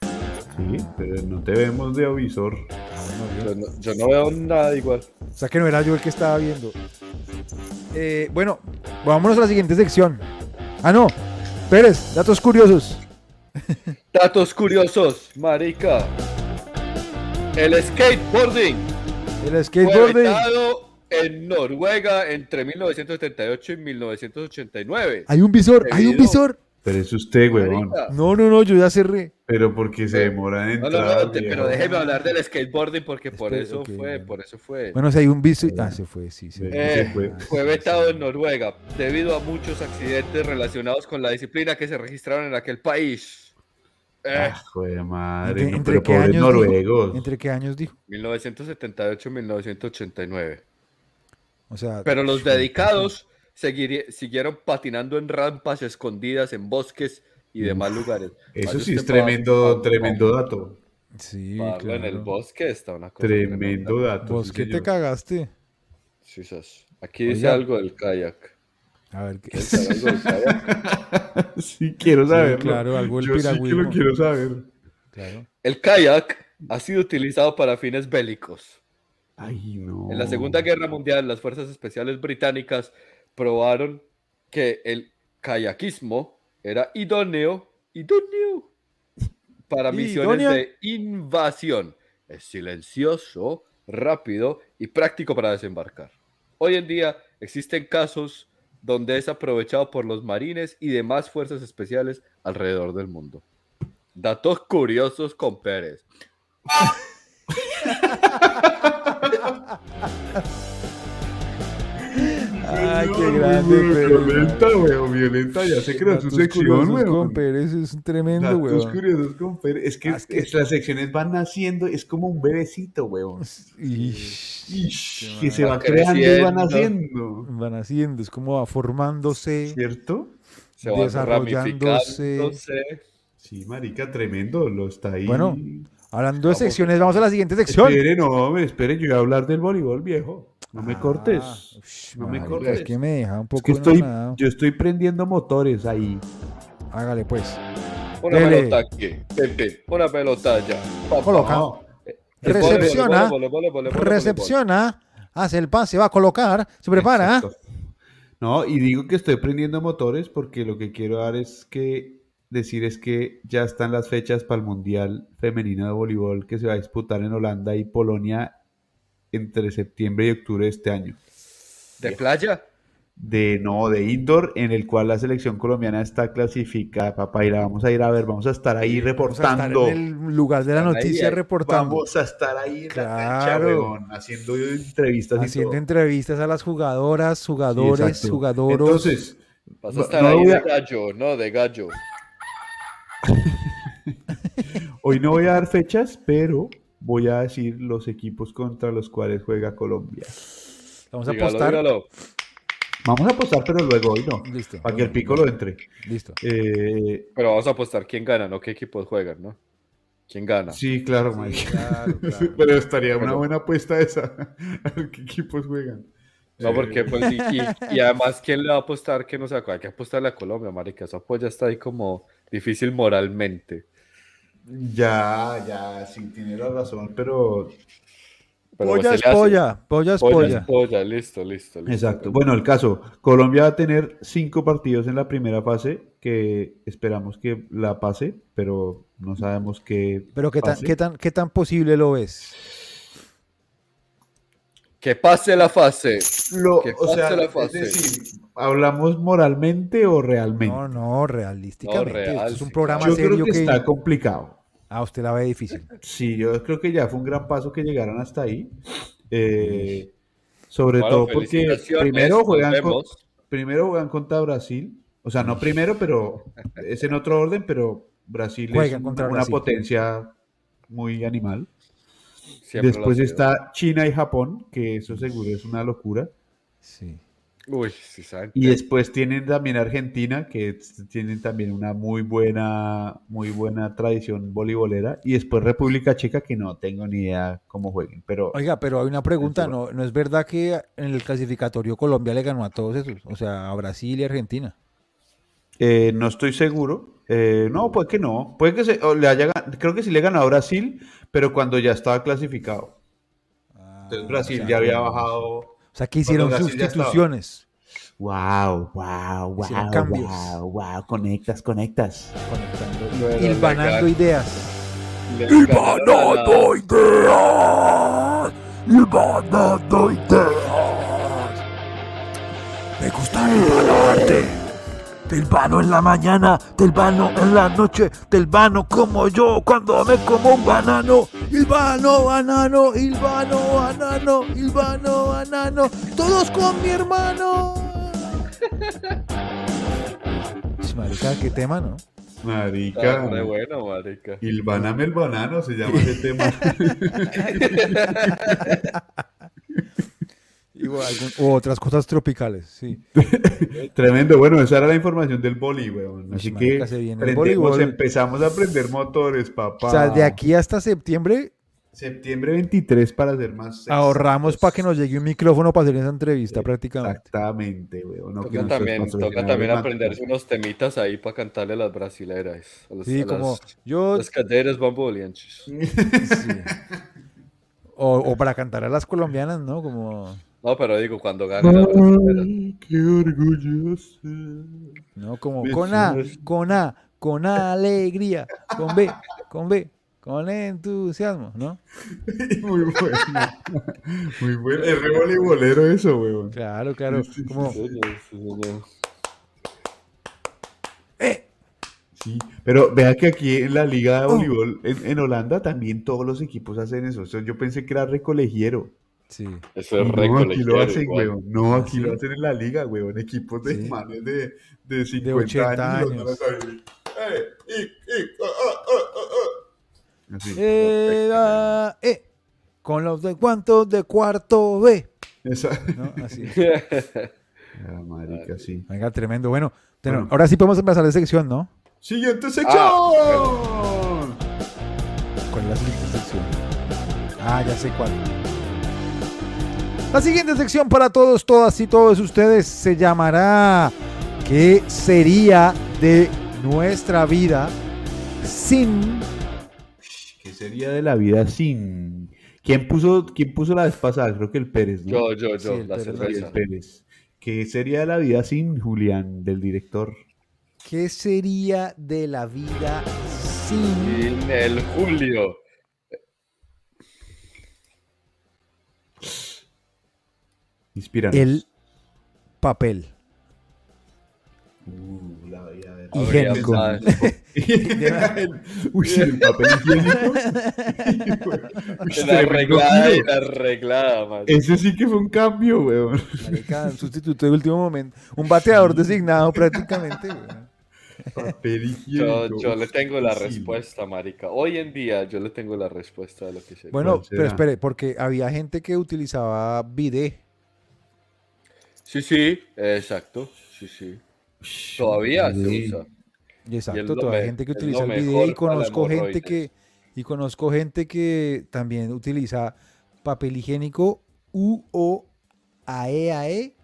C: Sí, pero no te vemos de avisor.
A: Ah, bueno, bien.
B: Yo no, yo no veo nada igual.
A: O sea que no era yo el que estaba viendo. Eh, bueno, vámonos a la siguiente sección. Ah, no. Pérez, datos curiosos.
B: Datos curiosos, marica. El skateboarding
A: El
B: fue
A: skateboarding.
B: vetado en Noruega entre 1978 y 1989.
A: Hay un visor, hay un
B: Debido-
A: visor.
C: Pero es usted, weón.
B: Marica.
A: No, no, no, yo ya cerré.
C: Pero porque se demora en
B: No, no, no,
C: entrar.
B: te- pero
C: viejo.
B: déjeme hablar del skateboarding porque por
A: Espera,
B: eso
A: Este, ok,
B: fue,
A: bueno.
B: por eso fue.
A: Bueno, si hay un visor. Ah, se fue, sí, se fue.
B: Eh,
C: se fue.
B: Fue vetado en Noruega debido a muchos accidentes relacionados con la disciplina que se registraron en aquel país. Eh,
C: Ah, joder, madre.
A: ¿Entre-
C: no,
A: entre
C: pero
A: qué
C: pobres
A: años dijo?
C: noruegos.
A: ¿Entre qué años dijo?
B: 1978-1989.
A: O sea,
B: Pero los dedicados seguiri- siguieron patinando en rampas escondidas, en bosques y demás lugares.
C: Eso
B: Vaya
C: sí es
B: usted pa-
C: tremendo,
B: pa-
C: tremendo
B: pa-
C: dato.
A: sí,
B: pa- pa- En el
A: claro.
B: bosque está una cosa.
C: Tremendo
B: tremenda.
C: dato.
A: ¿Vos
C: sí,
A: qué te
C: señor.
A: cagaste?
B: Jesus. Aquí dice
A: Oiga.
B: algo del kayak.
A: A ver, ¿qué
B: ¿Quieren saber algo del kayak?
C: Sí, quiero saberlo.
A: claro, algo del
C: Yo sí que
A: piragüismo.
C: lo quiero saber.
A: Claro.
B: El kayak ha sido utilizado para fines bélicos.
C: Ay, no.
A: Oh.
B: En la Segunda Guerra Mundial, las fuerzas especiales británicas probaron que el kayakismo era idóneo, idóneo para misiones
A: ¿Idóneo?
B: de invasión. Es silencioso, rápido y práctico para desembarcar. Hoy en día existen casos donde es aprovechado por los marines y demás fuerzas especiales alrededor del mundo. Datos curiosos con Pérez.
A: Ay, qué
C: Señor,
A: grande,
C: güey,
A: Pérez,
C: Violenta, weón, violenta. Ya se creó su
A: Datos
C: sección,
A: curiosos con
C: weón.
A: Pérez es un tremendo,
C: Datos
A: weón.
C: curiosos con Pérez. Es que,
A: Ah, es que-
C: es- las secciones van naciendo, es como un bebecito, weón.
A: Ish.
C: Ish,
A: Qué
C: que se
B: va
C: va creando y van
B: creciendo.
C: haciendo.
A: Van haciendo, es como va formándose.
C: ¿Cierto?
B: Se van
A: Desarrollándose.
B: ramificándose.
C: Sí, marica, tremendo. Lo está ahí.
A: Bueno, Hablando de
B: Vamos.
A: secciones, vamos a la siguiente sección.
C: Espere, no, hombre, espere, yo voy a hablar del voleibol, viejo. No me
A: Ah,
C: cortes.
A: ush,
C: No me
A: marica,
C: cortes.
A: Es que me deja un
C: Es
A: poco
C: que estoy,
A: enojado.
C: yo estoy prendiendo motores ahí.
A: Hágale pues.
B: Una
A: Dele.
B: pelota aquí, pim, pim, una pelota allá. pa, pa.
A: Coloca.
B: Vole,
A: Recepciona.
B: vole, vole, vole, vole, vole,
A: Recepciona, hace el pase, va a colocar, se prepara. ¿ah?
C: Exacto. No, y digo que estoy prendiendo motores porque lo que quiero dar es que decir es que ya están las fechas para el Mundial Femenino de Voleibol que se va a disputar en Holanda y Polonia entre septiembre y octubre de este
B: vole.
C: año.
B: ¿De playa?
C: De no, de indoor, en el cual la selección colombiana está clasificada, papá, y la vamos a ir a ver, vamos a estar ahí
A: Vamos a estar
C: reportando.
A: en el lugar de la
B: Ahí,
A: noticia
B: ahí.
A: reportando,
C: Vamos a estar ahí en la cancha,
A: Claro.
C: weón, haciendo entrevistas y
A: haciendo
C: todo.
A: entrevistas a las jugadoras,
C: Sí,
A: jugadores,
C: exacto.
A: jugadoros.
C: Entonces,
B: Vas a
C: No,
B: estar
C: no
B: ahí
C: voy
B: de
C: a-
B: gallo, no, de gallo.
C: Hoy no voy a dar fechas, pero voy a decir los equipos contra los cuales juega Colombia.
A: vamos a
B: Dígalo,
A: apostar.
B: dígalo.
C: Vamos a apostar, pero luego hoy no.
A: Listo.
C: Para que el pico lo entre.
A: Listo.
C: Eh,
B: Pero vamos a apostar quién gana, no qué equipos juegan, ¿no? ¿Quién gana?
C: sí, claro, Mike.
A: Claro, claro.
C: Pero estaría una
B: Pero-
C: buena apuesta esa. A ver qué equipos juegan.
B: No,
C: Eh,
B: porque pues, y, y- y además, ¿quién le va a apostar que no se Hay que apostarle a Colombia, marica. Eso pues ya está ahí como difícil moralmente.
C: Ya, ya, sí, tiene la razón, pero.
B: Pero pero
A: polla
B: se
A: es
B: le hace.
A: polla, polla es
B: Polla
A: polla.
B: es polla, listo, listo. listo.
C: Exacto. Bueno, el caso, Colombia va a tener cinco partidos en la primera fase que esperamos que la pase, pero no sabemos qué.
A: Pero qué tan,
C: pase.
A: qué tan, qué tan posible lo ves.
B: Que pase la fase.
C: Lo-
B: que
C: o sea,
B: pase la
C: es
B: fase.
C: decir, hablamos moralmente o realmente.
A: No, no, realísticamente.
B: No, real,
A: Esto es un
B: sí,
A: programa
B: más
C: Yo
A: serio
C: creo que,
A: que.
C: está complicado.
A: Ah, usted la ve difícil.
C: Sí, yo creo que ya fue un gran paso que llegaron hasta ahí. Eh, sobre
B: Bueno,
C: todo porque
B: felicitaciones,
C: primero
B: nos
C: juegan, con,
B: vemos.
C: primero juegan contra Brasil. O sea, no primero, pero es en otro orden, pero Brasil es
A: Juegan
C: un-
A: contra
C: una
A: Brasil.
C: potencia muy animal.
B: Siempre lo
C: Después
B: ha sido.
C: está China y Japón, que eso seguro es una locura.
A: Sí.
B: Uy, sí, saben.
C: Y después tienen también Argentina, que es- tienen también una muy buena, muy buena tradición voleibolera. Y después República Checa, que no tengo ni idea cómo jueguen. Pero
A: Oiga, pero hay una pregunta,
B: Este,
A: ¿no, ¿no es verdad que en el clasificatorio Colombia le ganó a todos esos? O sea, a Brasil y Argentina.
C: eh, no estoy seguro. Eh, no, puede que no. Puede que se, o le haya, gan- creo que sí le ganó a Brasil, pero cuando ya estaba clasificado. Entonces Brasil
A: Ah, o sea,
C: ya había bajado.
A: O sea, que hicieron
C: Cuando Brasil ya estaba.
A: sustituciones.
C: Wow, wow,
A: Hicieron
C: wow,
A: cambios.
C: wow, wow, conectas, conectas.
A: Conectando,
B: Bueno, le
A: hilvanando
B: gan-
A: ideas.
B: le
A: Pues,
B: ganaron a-
A: ideas! ¡Hilvanando ideas! Me gusta hilvanarte. Te hilvano en la mañana, te hilvano en la noche, te hilvano como yo cuando me como un banano. Hilvano, banano, hilvano, banano, hilvano, banano. Todos con mi hermano. Sí, Marica, qué tema, ¿no?
C: Marica.
B: Está re bueno, marica.
C: Ilvaname el banano se llama ese tema.
A: Igual, algún- u otras cosas tropicales, sí.
C: Tremendo. Bueno, esa era la información del boli, weón. Así
A: Ush,
C: que
A: marica, se viene el
C: prendemos-
A: voleibol.
C: empezamos a aprender motores, papá.
A: O sea, de aquí hasta septiembre
C: Septiembre 23 para ser más.
A: ahorramos para que nos llegue un micrófono para hacer esa entrevista
C: Sí,
A: prácticamente.
C: Exactamente, weón. No, que
B: Toca
C: nuestros
B: también, toca
C: patrocinadores
B: también
C: manden-
B: aprenderse unos temitas ahí para cantarle a las brasileras.
C: Pues
B: A las,
A: Sí,
B: a
A: como
B: las,
A: yo...
B: las caderas bamboleantes.
A: sí. O, o para cantar a las colombianas, ¿no? Como...
B: No, pero digo, cuando ganen las
C: Mm.
B: brasileras.
C: Ay, Qué orgulloso.
A: No, como con A,
C: Mentiras.
A: con A, con alegría, con B, con B, con entusiasmo, ¿no?
C: Muy bueno. Muy bueno. Es re voleibolero eso, weón.
A: Claro, claro.
C: Sí, sí,
A: Como...
B: Sí, sí, señor.
A: ¡Eh!
C: Sí, pero vea que aquí en la liga de voleibol en, en Holanda también todos los equipos hacen eso. Eso yo pensé que era recolegiero.
A: Sí.
B: Eso es
C: no, aquí lo
B: recolectero
C: hacen,
B: igual.
C: weón. No,
A: ¿Ah,
C: aquí lo
A: sí?
C: hacen en la liga, weón. Equipos de
A: Sí.
C: manes de, de 50
A: 80
C: años.
A: años.
C: los manes ahí, "Eh, ic, ic, ah, ah, ah, ah". Así.
A: Eh, ah, eh, con los de cuántos de cuarto B,
C: Esa-
A: ¿no? Así.
C: Ah, marica, sí.
A: Venga, tremendo. Bueno, pero
C: Bueno.
A: ahora sí podemos empezar la sección, ¿no?
C: Siguiente sección. Ah.
A: ¿Cuál es la siguiente sección? Ah, ya sé cuál. La siguiente sección para todos, todas y todos ustedes se llamará ¿Qué sería de nuestra vida sin...
C: ¿Qué sería de la vida sin? ¿Quién puso, quién puso la vez pasada? Creo que el Pérez, ¿no?
B: Yo, yo, yo,
A: Sí, el
B: la
A: Pérez
C: Javier
B: cerveza.
C: Pérez. ¿Qué sería de la vida sin Julián, del director?
A: ¿Qué sería de la vida sin...
B: Y el Julio.
C: Inspiranos.
A: el papel?
C: Uh, la vida de-
A: Higiénico.
B: Habría pensado en-
C: Uy, sí, el papel higiénico. Uy,
B: La
C: tremendo
B: arreglada y
C: giro.
B: la arreglada, man.
C: Ese sí que fue un cambio, weón.
A: Marica, un sustituto de último momento. Un bateador designado prácticamente. güey.
C: Papel
B: Yo,
C: higiénico.
B: yo le tengo la
C: Sí.
B: respuesta, marica. Hoy en día yo le tengo la respuesta de lo que sería.
A: Bueno,
C: ¿Cuál
A: pero
C: será?
A: espere, porque había gente que utilizaba bidet.
B: Sí, sí, exacto. Sí, sí. Todavía
C: Sí.
B: se usa.
A: Exacto,
B: lo
A: todavía hay
B: me-
A: gente que
B: es lo
A: utiliza el bidet
B: mejor
A: y
B: para la
A: conozco gente que
B: hemorroides.
A: y conozco gente que también utiliza papel higiénico U o AE AE,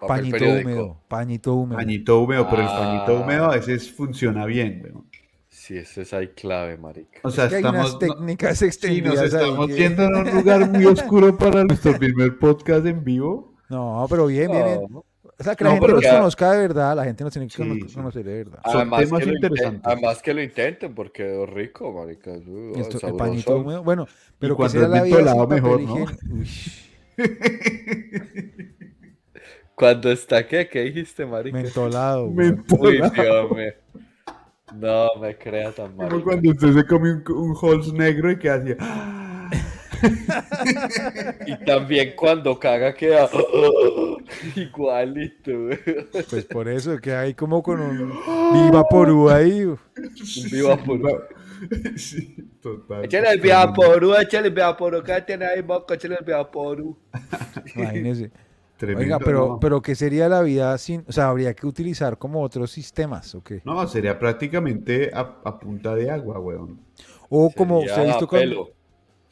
B: Papel
A: E, pañito
B: periódico.
A: húmedo, pañito húmedo.
C: Pañito húmedo, pero el pañito
B: Ah.
C: húmedo a veces funciona bien, weón.
B: Sí, ese es ahí clave, marica.
C: O sea,
A: que hay
C: estamos,
A: unas técnicas
C: sí,
A: extendidas.
C: nos
A: ahí
C: estamos
A: que-
C: yendo a un lugar muy oscuro para nuestro primer podcast en vivo.
A: No, pero bien, bien, bien.
B: No.
A: O sea, que la
C: No,
A: gente
B: pero
A: nos
B: ya-
A: conozca de verdad, la gente nos tiene que
C: Sí,
A: cono-
C: sí.
A: conocer de verdad.
C: Son
B: Además,
C: temas
B: que lo inten-
C: interesantes.
B: además que lo intenten porque es rico, marica. es, uh,
A: Y esto, el
B: sabroso.
A: pañito húmedo, bueno, pero que
C: cuando
A: sea
C: es
A: la vida sin
C: mentolado,
A: papel
C: mejor, ¿no?
A: higiénico- Uy,
B: Cuando está qué, ¿qué dijiste, marica?
A: mentolado. güey.
C: Mentolado.
B: Uy, Dios mío. No me crea tan
C: Como
B: mal.
C: cuando usted se come un, un Halls negro y ¡ah! que hacía.
B: Y también cuando caga queda igualito. güey.
A: Pues por eso, que hay como con un viva porú ahí. uf.
B: Viva por.
C: Sí, total.
B: Échale el viaporu, échale el viaporu, acá tiene ahí boca, échale el viaporu.
A: Imagínese.
C: Tremendo,
A: Oiga, pero,
C: no.
A: pero ¿qué sería la vida sin...? O sea, habría que utilizar como otros sistemas, ¿o qué?
C: No, sería prácticamente a, a punta de agua, weón.
A: O como se ha visto cuando-
B: pelo.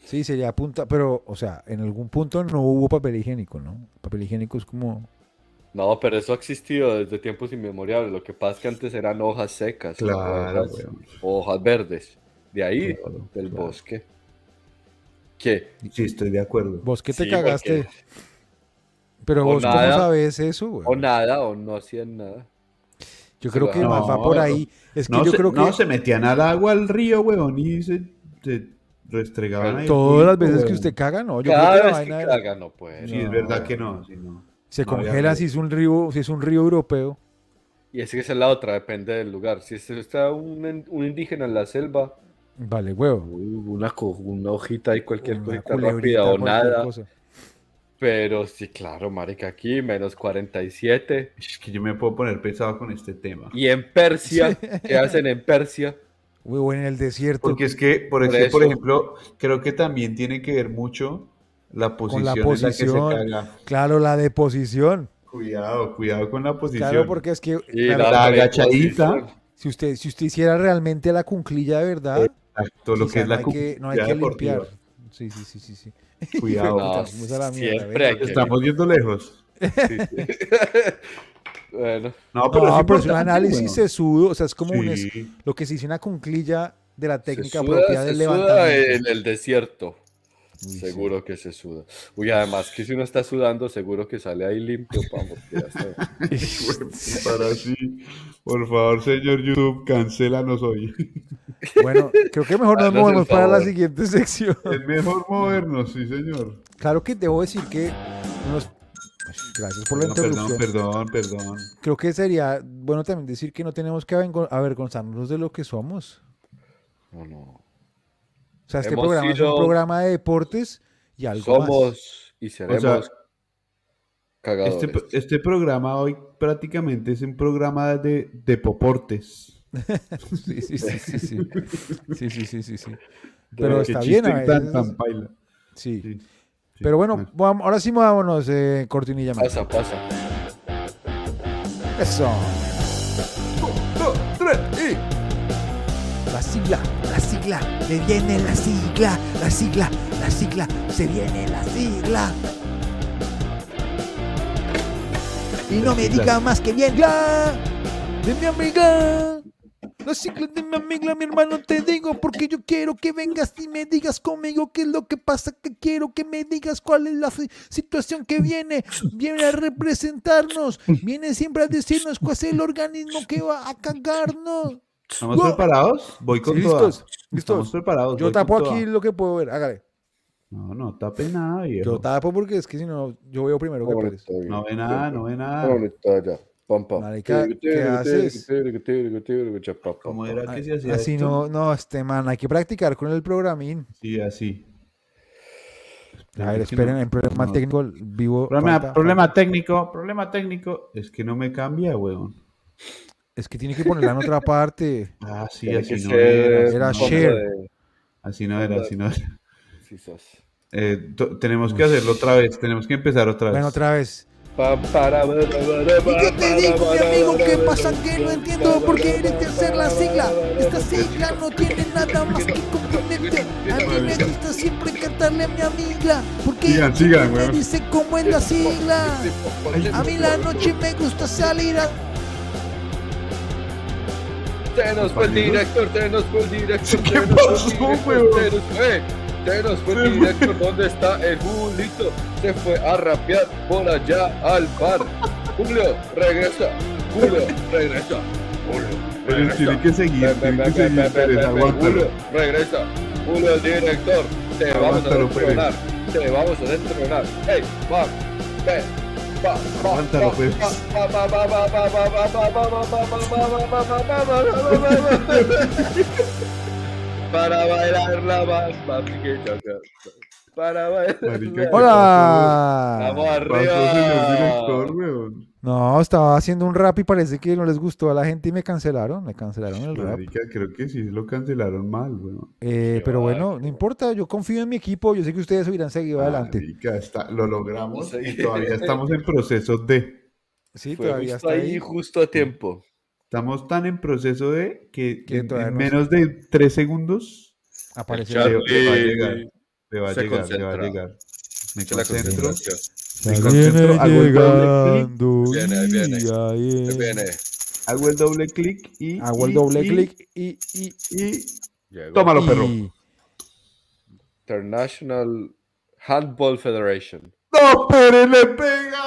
A: Sí, sería punta, pero, o sea, en algún punto no hubo papel higiénico, ¿no? Papel higiénico es como...
B: No, pero eso ha existido desde tiempos inmemoriales. Lo que pasa es que antes eran hojas secas, o
C: Claro,
B: hojas,
C: weón.
B: o hojas verdes. De ahí,
C: Claro,
B: pues, del
C: claro.
B: bosque. ¿Qué?
C: Sí, estoy de acuerdo.
A: Vos que te
B: Sí, porque-
A: cagaste, pero
B: o
A: vos
B: nada,
A: cómo sabes eso, güey.
B: O nada, o no hacían nada.
A: Yo creo que
B: No,
A: más va por
C: no.
A: ahí. Es que
C: No,
A: yo
C: se,
A: creo que
C: no, se metían al agua, al río, weón, y se, se restregaban ahí.
A: todas las
C: Rico,
A: veces que
C: weón.
A: usted caga, no. Yo creo
B: Cada
A: que la
B: vez que
A: vaina
B: caga no pues. puede.
C: Sí, es verdad que no, sí, no.
A: se
C: No, ya
A: congela
C: no.
A: si es un río, si es un río europeo.
B: Y así que esa es la otra, depende del lugar. Si es- está un, en- un indígena en la selva,
A: Vale, huevo.
B: uy, una, co- una hojita y cualquier
A: Una
B: cosita
A: culebrita,
B: rápida o
A: cualquier
B: nada.
A: cosa.
B: Pero sí, claro, marica, aquí menos 47.
C: Es que yo me puedo poner pesado con este tema.
B: Y en Persia, ¿qué hacen en Persia?
A: Uy, o en el desierto.
C: Porque es que, por,
B: Por
C: es que, por
B: eso.
C: ejemplo, creo que también tiene que ver mucho la
A: Con
C: posición,
A: la
C: en la
A: posición.
C: que se caga.
A: Claro, la deposición.
C: Cuidado, cuidado con la posición.
A: Claro, porque es que
B: Y
A: claro,
C: la-
B: preposición.
C: agachadita.
A: si usted si usted hiciera realmente la cunclilla de verdad,
C: Exacto, lo
A: sí, o sea,
C: que es la
A: no hay que, no hay
C: cuclilla
A: que
C: deportiva.
A: limpiar. Sí, sí, sí, sí, sí.
C: Cuidado.
A: No,
B: No,
A: puta, la mierda,
B: siempre
A: venga.
B: hay que-
C: Estamos yendo lejos.
B: Sí, sí. Bueno,
C: No,
A: No,
C: pero,
A: pero,
C: sí
A: es un análisis sesudo, o sea, es como un es-
C: Sí.
A: lo que se dice una cunclilla de la técnica
B: se suda,
A: propia
B: se
A: del
B: suda
A: levantamiento.
B: en el desierto.
A: Uy, sí.
B: Seguro que se suda. Uy, además que si uno está sudando, seguro que sale ahí limpio, pa, porque ya está.
C: Para sí. Por favor, señor YouTube, cancélanos hoy.
A: Bueno, creo que mejor nos
B: Haznos el
A: movemos para la
B: favor.
A: siguiente sección.
C: Es mejor movernos, sí, señor.
A: Claro que debo decir que unos- Gracias por la
C: No,
A: interrupción.
C: perdón, perdón, perdón.
A: Creo que sería bueno también decir que no tenemos que avergo- avergonzarnos de lo que somos.
B: No, no.
A: O sea, este
B: Hemos
A: programa es
B: sido-
A: un programa de deportes y algo más.
B: Somos y seremos
C: O sea, Este,
B: cagadores.
C: pro- este programa hoy prácticamente es un programa de, de poportes.
A: Sí, sí, sí, sí, sí. Sí, sí, sí, sí, sí.
C: Qué
A: Pero está
C: chiste
A: bien a
C: tan,
A: veces.
C: tan paila.
A: Sí.
C: Sí, sí.
A: Pero bueno,
C: Bueno,
A: vam- ahora sí vámonos, eh, cortinilla mágica.
B: Pasa, pasa.
A: Eso. La sigla, la sigla, se viene la sigla, la sigla, la sigla, se viene la sigla. Y no me
C: sigla.
A: diga más que bien, la de mi amiga. La sigla de mi amiga, mi hermano, te digo, porque yo quiero que vengas y me digas conmigo qué es lo que pasa, que quiero que me digas cuál es la si- situación que viene. Viene a representarnos, viene siempre a decirnos cuál es el organismo que va a cagarnos.
C: ¿Estamos
A: ¡Wow!
C: preparados? Voy con
A: Sí,
C: toda.
A: listos,
C: Estamos
A: listos.
C: preparados.
A: Yo
C: voy con
A: tapo
C: toda.
A: aquí lo que puedo ver, hágale.
C: No, no tape nada, viejo.
A: Yo tapo porque es que si no, yo veo primero que Pérez.
C: No ve nada, no ve nada.
B: Bonito ya. Pam, pam.
A: Marica, ¿qué haces?
C: ¿Cómo era que se hacía
A: Así
C: esto?
A: no, no, este man, hay que practicar con el programín.
C: Sí, así.
A: A ver,
C: Es que no-
A: esperen, el problema
C: no.
A: técnico el vivo.
C: Problema,
A: falta-
C: problema técnico, problema técnico. Es que no me cambia, weón.
A: Es que tiene que ponerla en otra parte.
C: Ah, sí,
B: Tiene
C: así
B: que
C: no
B: ser
C: era.
A: Era
B: un fondo
A: share.
B: de-
C: Así no era, así no era.
B: sí, sos.
C: Eh, to- tenemos que hacerlo otra vez, tenemos que empezar otra vez.
A: Bueno, otra vez.
B: Pam, para, para, para,
D: ¿Y qué
B: para,
D: te digo, mi
B: para,
D: amigo?
B: para,
D: ¿Qué
B: para,
D: pasa?
B: para,
D: Que no
B: para,
D: entiendo por qué
B: para,
D: eres de hacer la
B: para,
D: sigla.
B: para,
D: Esta
B: para,
D: sigla no tiene nada más que componente. A mí me gusta siempre cantarle a mi amiga. Porque
C: Sigan,
D: ella
C: sigan,
D: me
C: weón.
D: dice cómo es la sigla. A mí la noche me gusta salir a
B: Tenos fue el
C: Compañeros.
B: director, Tenos fue el director.
C: ¿Qué
B: Tenos fue el
C: pasó,
B: director,
C: weón?
B: Tenos fue- eh, Tenos fue el
C: Se fue.
B: director. ¿Dónde está el Julito? Se fue a rapear por allá al bar. Julio, regresa. Julio, regresa. Julio,
C: Pero
B: regresa.
C: tiene que seguir,
B: Ve,
C: tiene
B: ve,
C: que
B: ve, ve,
C: seguir,
B: ve,
C: Pérez,
B: ve, ve, Julio,
C: aguántalo.
B: regresa. Julio, el director. Te vamos a
C: Aguántalo, Pérez.
B: destronar. Te vamos a destronar. Hey, va, ve, va, va,
C: Aguántalo,
B: va,
C: Pérez.
B: va, va, va, va, va, va, va, va, va, va, va, va, va, va, va, va, va, va, va, va, va. Para bailarla más, más que yo. Para
C: Marica,
B: bailarla.
C: qué-
B: Vamos
A: ¡Hola!
C: Pasó, señor director,
B: arriba.
C: weón.
A: No, estaba haciendo un rap y parece que no les gustó a la gente y me cancelaron. Me cancelaron el rap.
C: Marica, creo que sí lo cancelaron mal, weón.
A: Eh,
B: Qué
A: pero bueno,
B: bárbaro.
A: no importa, yo confío en mi equipo, yo sé que ustedes hubieran
C: Ah,
A: seguido adelante.
C: Marica, está- lo logramos
B: Vamos a
C: y
B: seguir.
C: todavía estamos en proceso de.
A: Sí,
B: Fue
A: todavía
B: justo
A: está
B: ahí,
A: ahí.
B: justo a tiempo.
C: Estamos tan en proceso de que
A: Que
C: en,
A: todavía
C: en
A: no
C: menos de tres segundos
A: Apareció.
B: Charlie.
C: le va a llegar. Le va a
B: se
C: llegar, le va a
B: concentra.
C: llegar. Me
B: Se la
C: concentro,
B: concentración.
C: me
A: Ya
C: concentro, hago el doble clic,
B: Viene,
A: y
B: viene.
A: ahí
B: Se viene.
C: hago el doble clic y.
A: Hago el
C: y-
A: doble
C: y-
A: clic y, y,
C: Y
B: Llegó.
C: Tómalo, perro.
A: y-
B: International Handball Federation.
C: ¡No, Pérez le pega!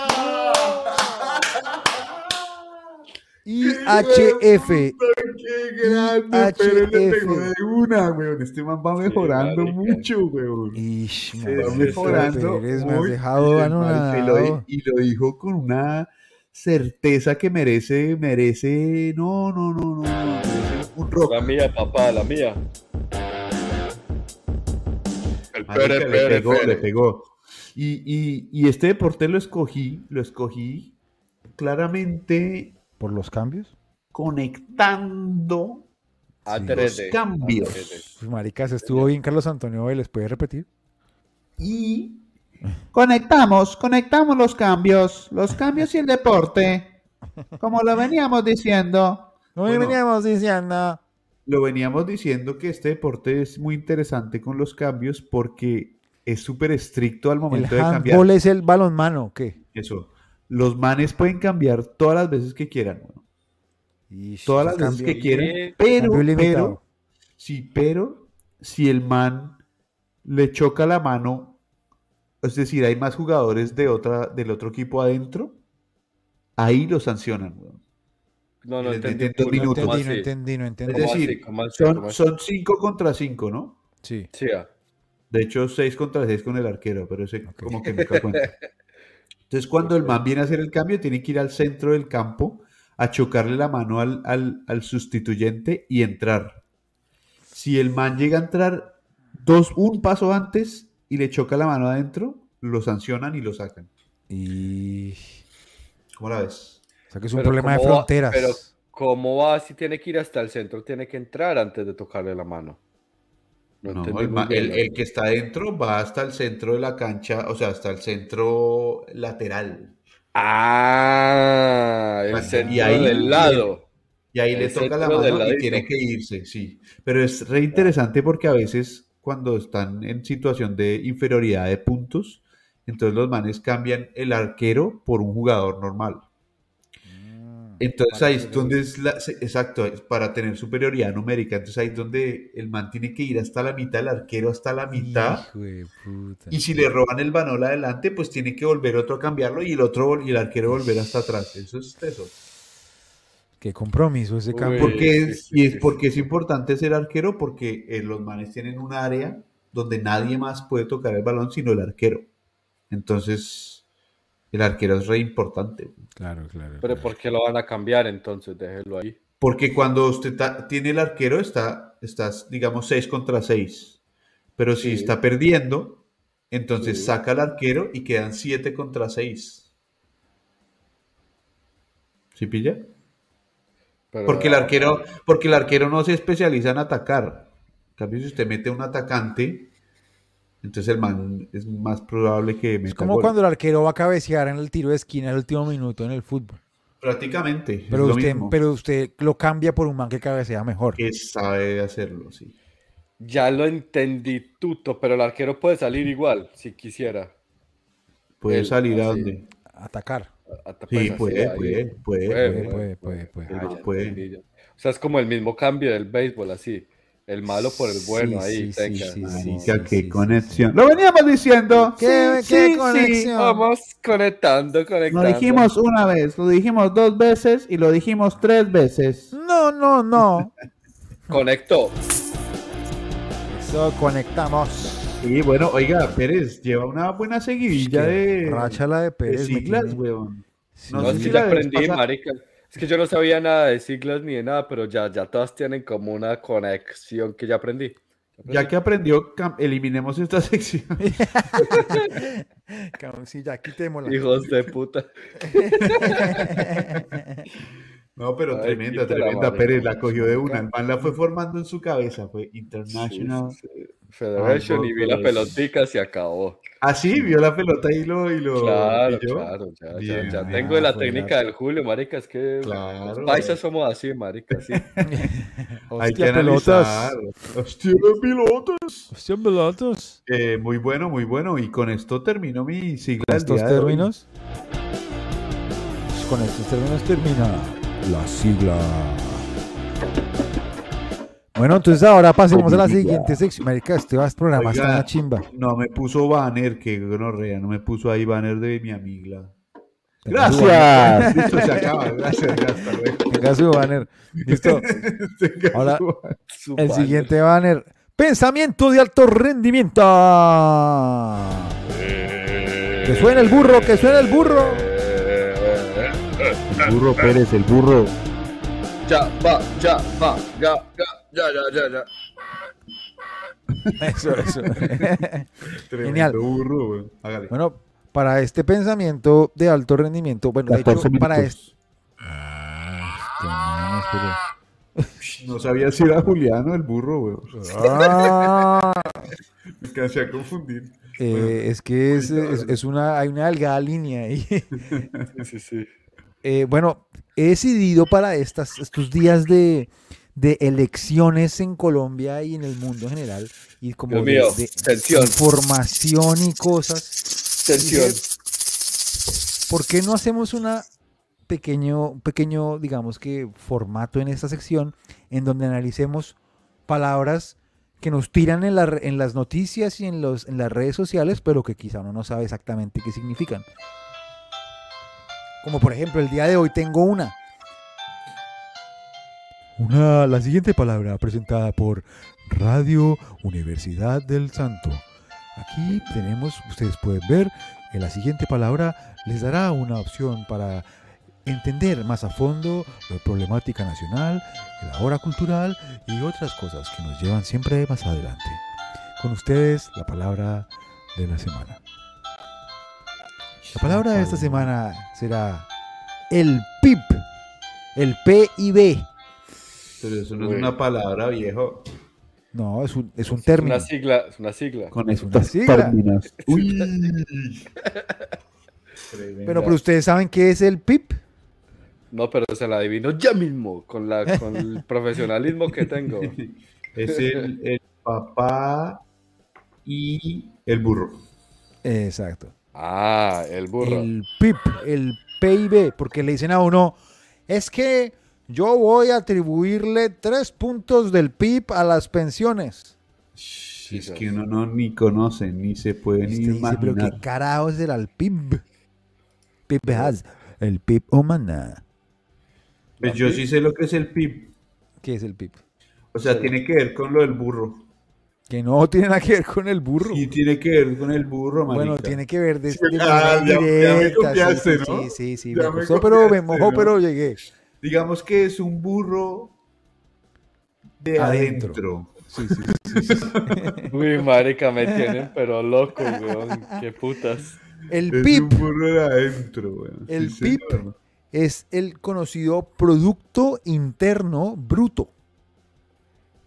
A: IHF.
C: ¡Qué grande! Pérez le pegó
A: IHF.
C: de una, weón. Este man va mejorando
B: marica.
C: mucho, weón.
A: Ish,
C: Se va
B: sí,
A: marica,
C: mejorando.
A: Pérez, me has
C: muy
A: dejado
C: bien, marica, y, lo, di-
A: anonadado.
C: y lo dijo con una certeza que merece, merece. No, no, no, no. no, merece Un rock.
B: La mía, papá, la mía. El
C: Marica,
B: Pérez,
C: le
B: Pérez,
C: pegó, le
B: Pérez.
C: pegó. Y, y- y este deporte lo escogí, lo escogí claramente
A: ¿Por los cambios?
C: conectando
B: A
A: Sí.
B: 3D,
C: los
B: a 3D.
C: cambios
A: Pues, marica, se estuvo bien Carlos Antonio Vélez, ¿puedes repetir?
C: y conectamos, conectamos los cambios, los cambios y el deporte, como lo veníamos diciendo.
A: No
C: Bueno.
A: veníamos diciendo.
C: Lo veníamos diciendo que este deporte es muy interesante con los cambios porque es súper estricto al
A: El
C: momento de cambiar.
A: handball es el balonmano, ¿o ¿qué?
C: Eso. Los manes pueden cambiar todas las veces que quieran, weón.
A: Ish,
C: todas las
A: qué
C: veces
A: cambio.
C: que
B: Sí.
C: quieran, pero,
A: Cambio ilimitado.
C: pero, sí, pero si el man le choca la mano, es decir, hay más jugadores de otra, del otro equipo adentro, ahí lo sancionan, weón.
B: No, no
C: Le
B: entendí.
C: entiendo
B: Julio,
C: minutos.
B: ¿cómo
A: entendí, no
B: así?
A: entendí, no entendí.
B: ¿Cómo
C: Es
B: así?
C: decir,
B: ¿Cómo así? ¿Cómo
C: Son,
B: así?
C: son cinco contra cinco, ¿no?
A: Sí.
B: Sí, ah.
C: De hecho, 6 contra 6 con el arquero, pero ese como que nunca cuenta. Entonces, cuando el man viene a hacer el cambio, tiene que ir al centro del campo a chocarle la mano al, al- al sustituyente y entrar. Si el man llega a entrar dos, un paso antes y le choca la mano adentro, lo sancionan y lo sacan.
A: Y...
C: ¿Cómo la ves?
A: O sea que es un
B: Pero
A: problema de
B: ¿cómo va-
A: fronteras.
B: pero- ¿Cómo va? Si tiene que ir hasta el centro, tiene que entrar antes de tocarle la mano.
C: No,
B: entendí
C: el,
B: muy
C: ma-
B: bien,
C: el-
B: ¿no?
C: el que está adentro va hasta el centro de la cancha, o sea, hasta el centro lateral.
B: Ah, el
C: Bueno, y
B: centro
C: ahí-
B: del lado.
C: Y ahí le
B: El
C: toca la
B: centro del
C: mano y
B: ladito.
C: tiene que irse, sí. Pero es re interesante porque a veces cuando están en situación de inferioridad de puntos, entonces los manes cambian el arquero por un jugador normal.
A: Mm.
C: Entonces
A: Para
C: ahí
A: que
C: es
A: le-
C: donde es la... se- Exacto, es para tener superioridad numérica. Entonces ahí es donde el man tiene que ir hasta la mitad, el arquero hasta la mitad.
A: Hijo de puta.
C: Y si le roban el balón adelante, pues tiene que volver otro a cambiarlo y el otro vol- y el arquero volver hasta atrás. Eso es eso.
A: Qué compromiso ese
B: Uy.
A: cambio.
C: porque
B: Sí,
C: es,
B: sí,
C: y es
B: sí,
C: porque es importante ser arquero porque eh, los manes tienen un área donde nadie más puede tocar el balón sino el arquero. Entonces, el arquero es re importante.
A: Claro, claro.
B: Pero
A: claro.
B: ¿por qué lo van a cambiar entonces? Déjelo ahí.
C: Porque cuando usted ta- tiene el arquero, está, estás, digamos, 6 contra 6. Pero si
B: Sí.
C: está perdiendo, entonces
B: Sí.
C: saca al arquero y quedan 7 contra 6. ¿Sí pilla?
B: Pero-
C: Porque el arquero, porque el arquero no se especializa en atacar. En cambio, si usted mete un atacante, entonces el man es más probable que meta
A: Es como
C: gol.
A: cuando el arquero va a cabecear en el tiro de esquina al último minuto en el fútbol.
C: prácticamente es
A: Pero
C: lo
A: usted,
C: mismo
A: pero usted lo cambia por un man que cabecea mejor.
C: que sabe hacerlo, sí.
B: Ya lo entendí, Tuto, pero el arquero puede salir igual, si quisiera.
C: Puede
B: Él,
C: salir a
B: así.
C: donde.
A: Atacar.
B: hasta
C: Sí,
B: ah, pues,
C: puede,
B: así,
C: puede,
B: ahí.
C: puede, puede,
A: puede, puede, puede.
B: Ah,
C: Pero
B: ya
C: puede.
B: entendí ya. O sea, es como el mismo cambio del béisbol, así. El malo por el bueno,
A: Sí,
B: ahí,
A: sí,
B: tenga.
A: sí, sí,
C: Marica,
A: sí,
C: qué
A: sí,
C: conexión. Lo veníamos diciendo.
A: Qué- qué conexión.
B: Vamos conectando,
C: Lo
B: conectando.
C: dijimos una vez, lo dijimos dos veces y lo dijimos tres veces.
A: No, no, no.
B: Conectó.
A: Eso conectamos.
C: Y bueno, oiga, Pérez lleva una buena seguidilla de,
A: Racha la de
C: de
A: Pérez. me
C: siglas,
A: tiene-
C: weón.
A: Sí.
C: No,
B: No, es
C: sí
B: que
C: la
B: ya
C: vez
B: aprendí,
C: pasada-
B: marica. Es que yo no sabía nada de siglas ni de nada, pero ya, ya todas tienen como una conexión que ya aprendí.
C: Ya que aprendió, cam- eliminemos esta sección.
A: Cabrón, sí, ya quitémosla.
B: Hijos de puta.
C: No, pero
B: Ay,
C: tremenda,
B: quita la
C: tremenda.
B: madre.
C: Pérez la cogió de una. El man la fue formando en su cabeza. Fue International.
B: Sí, sí, sí. Federation
C: Ah,
B: y vi la
C: por-
B: pelotica, se acabó.
C: Así Ah, vio la pelota y lo. Y lo
B: Claro,
C: pilló.
B: claro, ya, ya,
C: Bien,
B: ya
C: ah,
B: tengo la
C: fue la-
B: técnica del Julio, marica, es que los
C: Claro.
B: paisas somos así, marica, sí.
C: Hay que
A: Hostia, pelotas.
C: analizar. Hostia, pelotas.
A: Hostia, pelotas.
C: Eh, muy bueno, muy bueno. Y con esto terminó mi sigla.
A: Con
C: del
A: estos
C: día de hoy.
A: términos. Con estos términos termina la sigla. Bueno, entonces ahora pasemos a la siguiente sección. Marica, este va- este programa está
C: Oiga.
A: una chimba.
C: No me puso banner, que gonorrea. No me puso ahí banner de mi amigla.
A: Tenga su
C: Gracias. Listo, se acaba. Gracias, ya, hasta luego.
A: banner, Tenga su banner. Listo.
C: Tenga
A: Ahora,
C: su banner.
B: Su
A: El
B: banner.
A: siguiente banner. Pensamiento de alto rendimiento.
C: Eh.
A: Que suena el burro, que suena el burro.
B: Eh,
C: El burro Pérez, el burro.
B: Ya, va, ya, va, ya, ya, ya, ya, ya, ya.
A: Eso, eso.
C: Tremendo
A: Genial.
C: burro, güey. Hágale.
A: bueno, para este pensamiento de alto rendimiento, bueno, de hecho,
C: 14
A: para
C: minutos.
A: este. Ah, este man,
C: No sabía si era Juliano el burro, güey.
A: pero- Ah,
C: Me cansé a confundir.
A: eh, es que es, es- es una, hay una delgada línea ahí.
B: Sí, sí, sí.
A: Eh, bueno, he decidido para estas, estos días de, de elecciones en Colombia y en el mundo en general, y como
B: Dios
A: de, de
B: mío, tensión,
A: información y cosas,
B: tensión.
A: ¿por qué no hacemos una pequeño, un pequeño, digamos que, formato en esta sección en donde analicemos palabras que nos tiran en, la re- en las noticias y en, los, en las redes sociales, pero que quizá uno no sabe exactamente qué significan? Como por ejemplo, el día de hoy tengo una. Una, la siguiente palabra presentada por Radio Universidad del Santo. Aquí tenemos, ustedes pueden ver, en la siguiente palabra les dará una opción para entender más a fondo la problemática nacional, la hora cultural y otras cosas que nos llevan siempre más adelante. Con ustedes, la palabra de la semana. La palabra de esta semana será el PIB, el PIB.
C: Pero eso no es
B: Güey.
C: una palabra, viejo.
A: No, es un, es un
B: Es
A: término.
B: una sigla, es una sigla.
C: Con
A: Es una sigla.
C: términos. Uy.
A: Pero, pero ustedes saben qué es el PIB.
B: No, pero se la adivino ya mismo, con, la, con el profesionalismo que tengo.
C: es el, el papá y el burro.
A: Exacto.
B: Ah, el burro.
A: El PIB, el PIB, porque le dicen a uno, es que yo voy a atribuirle tres puntos del PIB a las pensiones.
C: es que uno no ni conoce, ni se puede Pues ni
A: Y usted Este dice, pero qué
C: imaginar.
A: carajo es el PIB. PIB has, el PIB humana.
C: Pues yo sí sé lo que es el pip.
A: ¿Qué es el PIB?
C: O sea, tiene que ver con lo del burro.
A: Que no tiene nada que ver con el burro.
C: Y tiene que ver con el burro, marica.
A: Bueno, tiene que ver de,
C: Sí,
A: de
C: ah,
A: manera
C: ya- ya me
A: directa, sí,
C: copiaste,
A: sí,
C: ¿no?
A: Sí, sí, sí,
C: Ya
A: me
C: me
A: costó, pero me
C: copiaste,
A: mojó,
C: ¿no?
A: pero llegué.
C: Digamos que es un burro de
A: Adentro.
C: adentro.
A: Sí, sí, sí, sí, sí.
B: Uy, marica, me tienen pero loco, weón. Qué putas.
A: El
C: Es
A: PIB
C: un burro de adentro, weón.
A: El
C: sí,
A: pip.
C: señor.
A: es el conocido Producto Interno Bruto.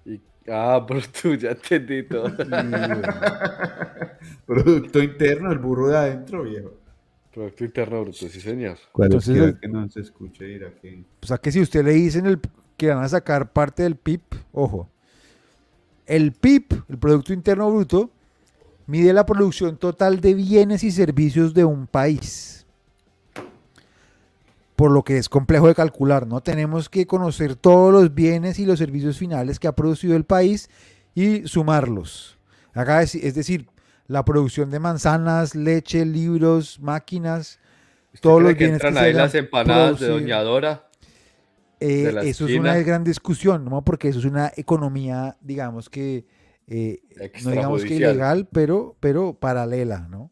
B: Y- ah, pero tú ya entendí todo.
C: Producto interno, el burro de adentro, viejo.
B: Producto interno bruto, sí, señor.
A: Entonces,
C: Cualquiera que no se escuche dirá que...
A: O sea que pues, si usted le dicen el, que van a sacar parte del PIB, ojo, el PIB, el Producto Interno Bruto, mide la producción total de bienes y servicios de un país. por lo que es complejo de calcular, ¿no? Tenemos que conocer todos los bienes y los servicios finales que ha producido el país y sumarlos. Acá es, es decir, la producción de manzanas, leche, libros, máquinas, todos los
B: que
A: bienes que
B: entran
A: se
B: ahí
A: hayan
B: las empanadas de
A: producido.
B: Doña Dora?
A: Eh,
B: de la
A: eso es
B: esquina.
A: una gran discusión, ¿no? Porque eso es una economía, digamos que, eh, no digamos que
B: Extrajudicial.
A: ilegal, pero, pero paralela, ¿no?